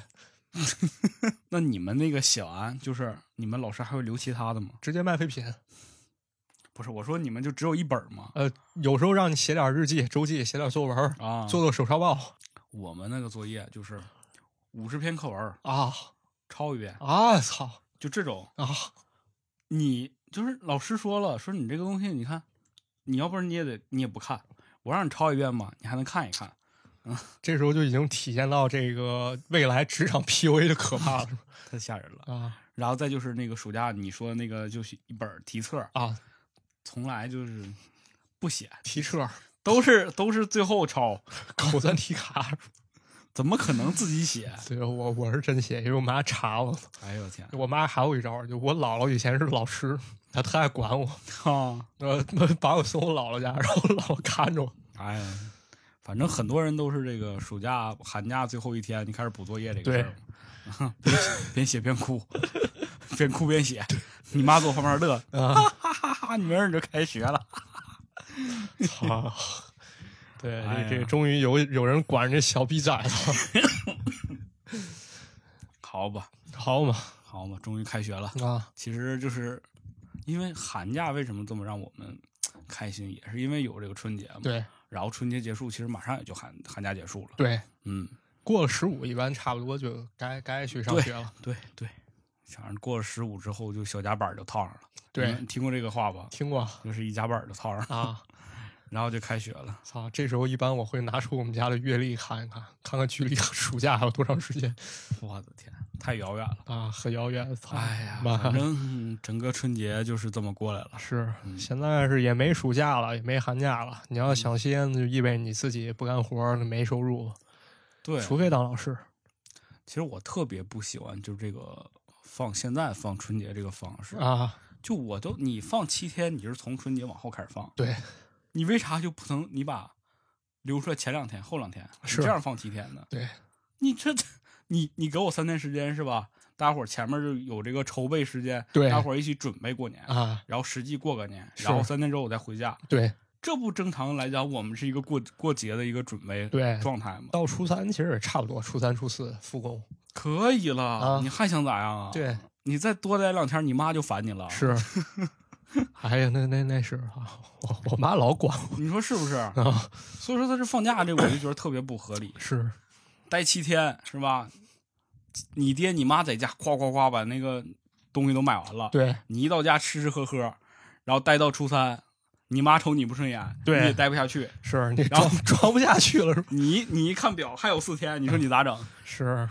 那你们那个写完，就是你们老师还会留其他的吗？直接卖废品。不是，我说你们就只有一本儿吗？呃，有时候让你写点日记、周记，写点作文儿，啊，做做手抄报我们那个作业就是五十篇课文儿啊抄一遍，啊！操就这种。啊！你就是老师说了，说你这个东西，你看，你要不然你也得你也不看，我让你抄一遍吧，你还能看一看。这时候就已经体现到这个未来职场 PUA 的可 怕了是吧 太吓人了。啊然后再就是那个暑假你说那个就是一本儿题册，啊！从来就是不写，提车、都是都是最后抄，口算题卡，怎么可能自己写？ 对我我是真写，因为我妈查我。 哎呦我 天我妈还有一招，就我姥姥以前是老师，她特爱管我，啊！呃，把我送我姥姥家， 然后我姥姥看着我。哎呀，反正很多人都是这个暑假寒假最后一天，你开始补作业这个对事儿嘛， 边写边写边哭， 边哭边写。你妈坐旁边乐，啊，哈哈，你明儿你就开学了。操！ 对，哎这呀这终于有有人管这小逼崽子，好吧，好嘛好嘛，终于开学了。啊其实就是因为寒假为什么这么让我们开心，也是因为有这个春节嘛。对然后春节结束，其实马上也就寒寒假结束了。对，嗯，过了十五一般差不多就该该去上学了。对对，想着过了十五之后就小夹板就套上了。对，你们听过这个话吧？听过就是一夹板就套上， 啊，然后就开学了。操！这时候一般我会拿出我们家的月历看一看，看看距离 暑假还有多长时间我的天，太遥远了。啊，很遥远。操！哎呀，妈反正整个春节就是这么过来了。是，嗯现在是也没暑假了，也没寒假了。你要想歇，那就意味着你自己不干活儿，没收入，对，除非当老师。其实我特别不喜欢就这个放现在放春节这个方式。啊，就我都你放七天，你就是从春节往后开始放，对，你为啥就不能你把留出来前两天、后两天，你是这样放七天呢？对，你这 你你给我三天时间是吧？大伙儿前面就有这个筹备时间，对大伙儿一起准备过年，啊，然后实际过个年，是然后三天之后我再回家，对这不正常来讲，我们是一个过过节的一个准备对，状态吗？到初三其实也差不多，初三初四复工。可以了，啊你还想咋样啊？，对，你再多待两天，你妈就烦你了。是。 哎呀，那那那是啊，我我妈老管你说是不是？ 我啊，，所以说他这放假这个我就觉得特别不合理是待七天是吧？你爹你妈在家夸夸夸把那个东西都买完了，对你一到家吃吃喝喝，然后待到初三，你妈瞅你不顺眼，对你也待不下去，是，你然装后装不下去了是吧？你你一看表还有四天，你说你 咋整？是，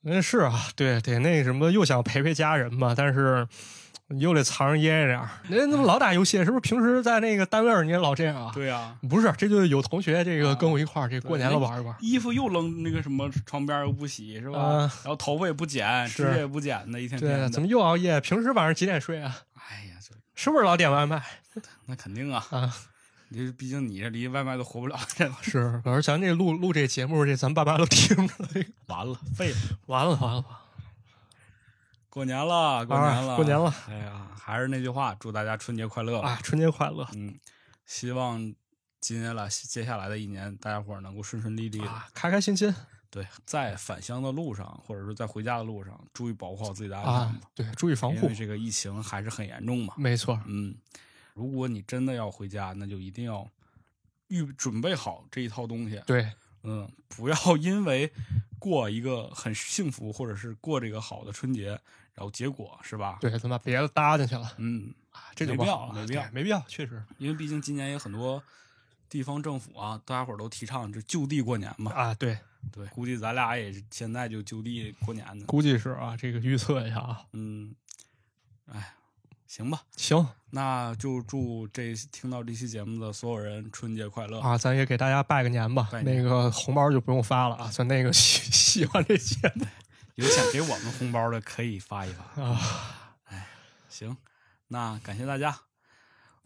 那是啊，对，得那什么，又想陪陪家人嘛，但是你又得藏着掖着点儿。您怎么老打游戏？是不是平时在那个单位儿你也老这样啊？对呀，不是，这就有同学这啊个跟我一块儿，这过年了玩一玩。衣服又扔那个什么床边儿又不洗是吧？啊然后头发也不剪，是指甲也不剪的，一天对，啊天怎的。么又熬夜？平时晚上几点睡啊？哎呀，这是不是老点外卖那肯定啊，啊？你这毕竟你这离外卖都活不了，这是，老师，咱这录录这节目，这咱爸妈都听着，完了，废了。 完了完了，过年了，过年了，啊过年了！哎呀，还是那句话，祝大家春节快乐！啊！春节快乐嗯，希望今年来接下来的一年，大家伙儿能够顺顺利利的。啊，开开心心对，在返乡的路上，或者说在回家的路上，注意保护好自己的安全啊吧，，对，注意防因护为，这个疫情还是很严重嘛。没错，嗯，如果你真的要回家，那就一定要预准备好这一套东西。对，嗯，不要 因为过一个很幸福，或者是过这个好的春节，然后结果是吧？对，他妈别的搭进去了，嗯，啊这就没不必要好了，没必对要没必要，确实因为毕竟今年有很多地方政府啊，大家伙儿都提倡就就地过年嘛。啊，对，对，估计咱俩也是现在就就地过年呢。估计是啊，这个预测一下啊，嗯，哎，行吧，行那就祝这听到这期节目的所有人春节快乐。啊，咱也给大家拜个年吧，拜年那个红包就不用发了啊，咱那个喜 喜欢这节目有想给我们红包的可以发一发。哎啊，行，那感谢大家，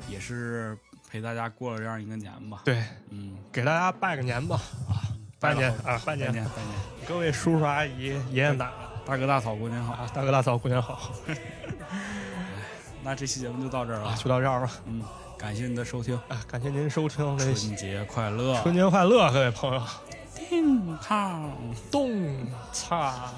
也是陪大家过了这样一个年吧。对，嗯，给大家拜个年吧啊，拜年拜了啊，拜拜年，年拜年，各位叔叔阿姨、爷爷奶奶大哥大嫂过年好。啊，大哥大嫂过年好那这期节目就到这儿啊，了，就到这儿吧嗯，感谢你的收听，啊，感谢您收听，这春节快乐，春节快乐，各位朋友。定炮。动差。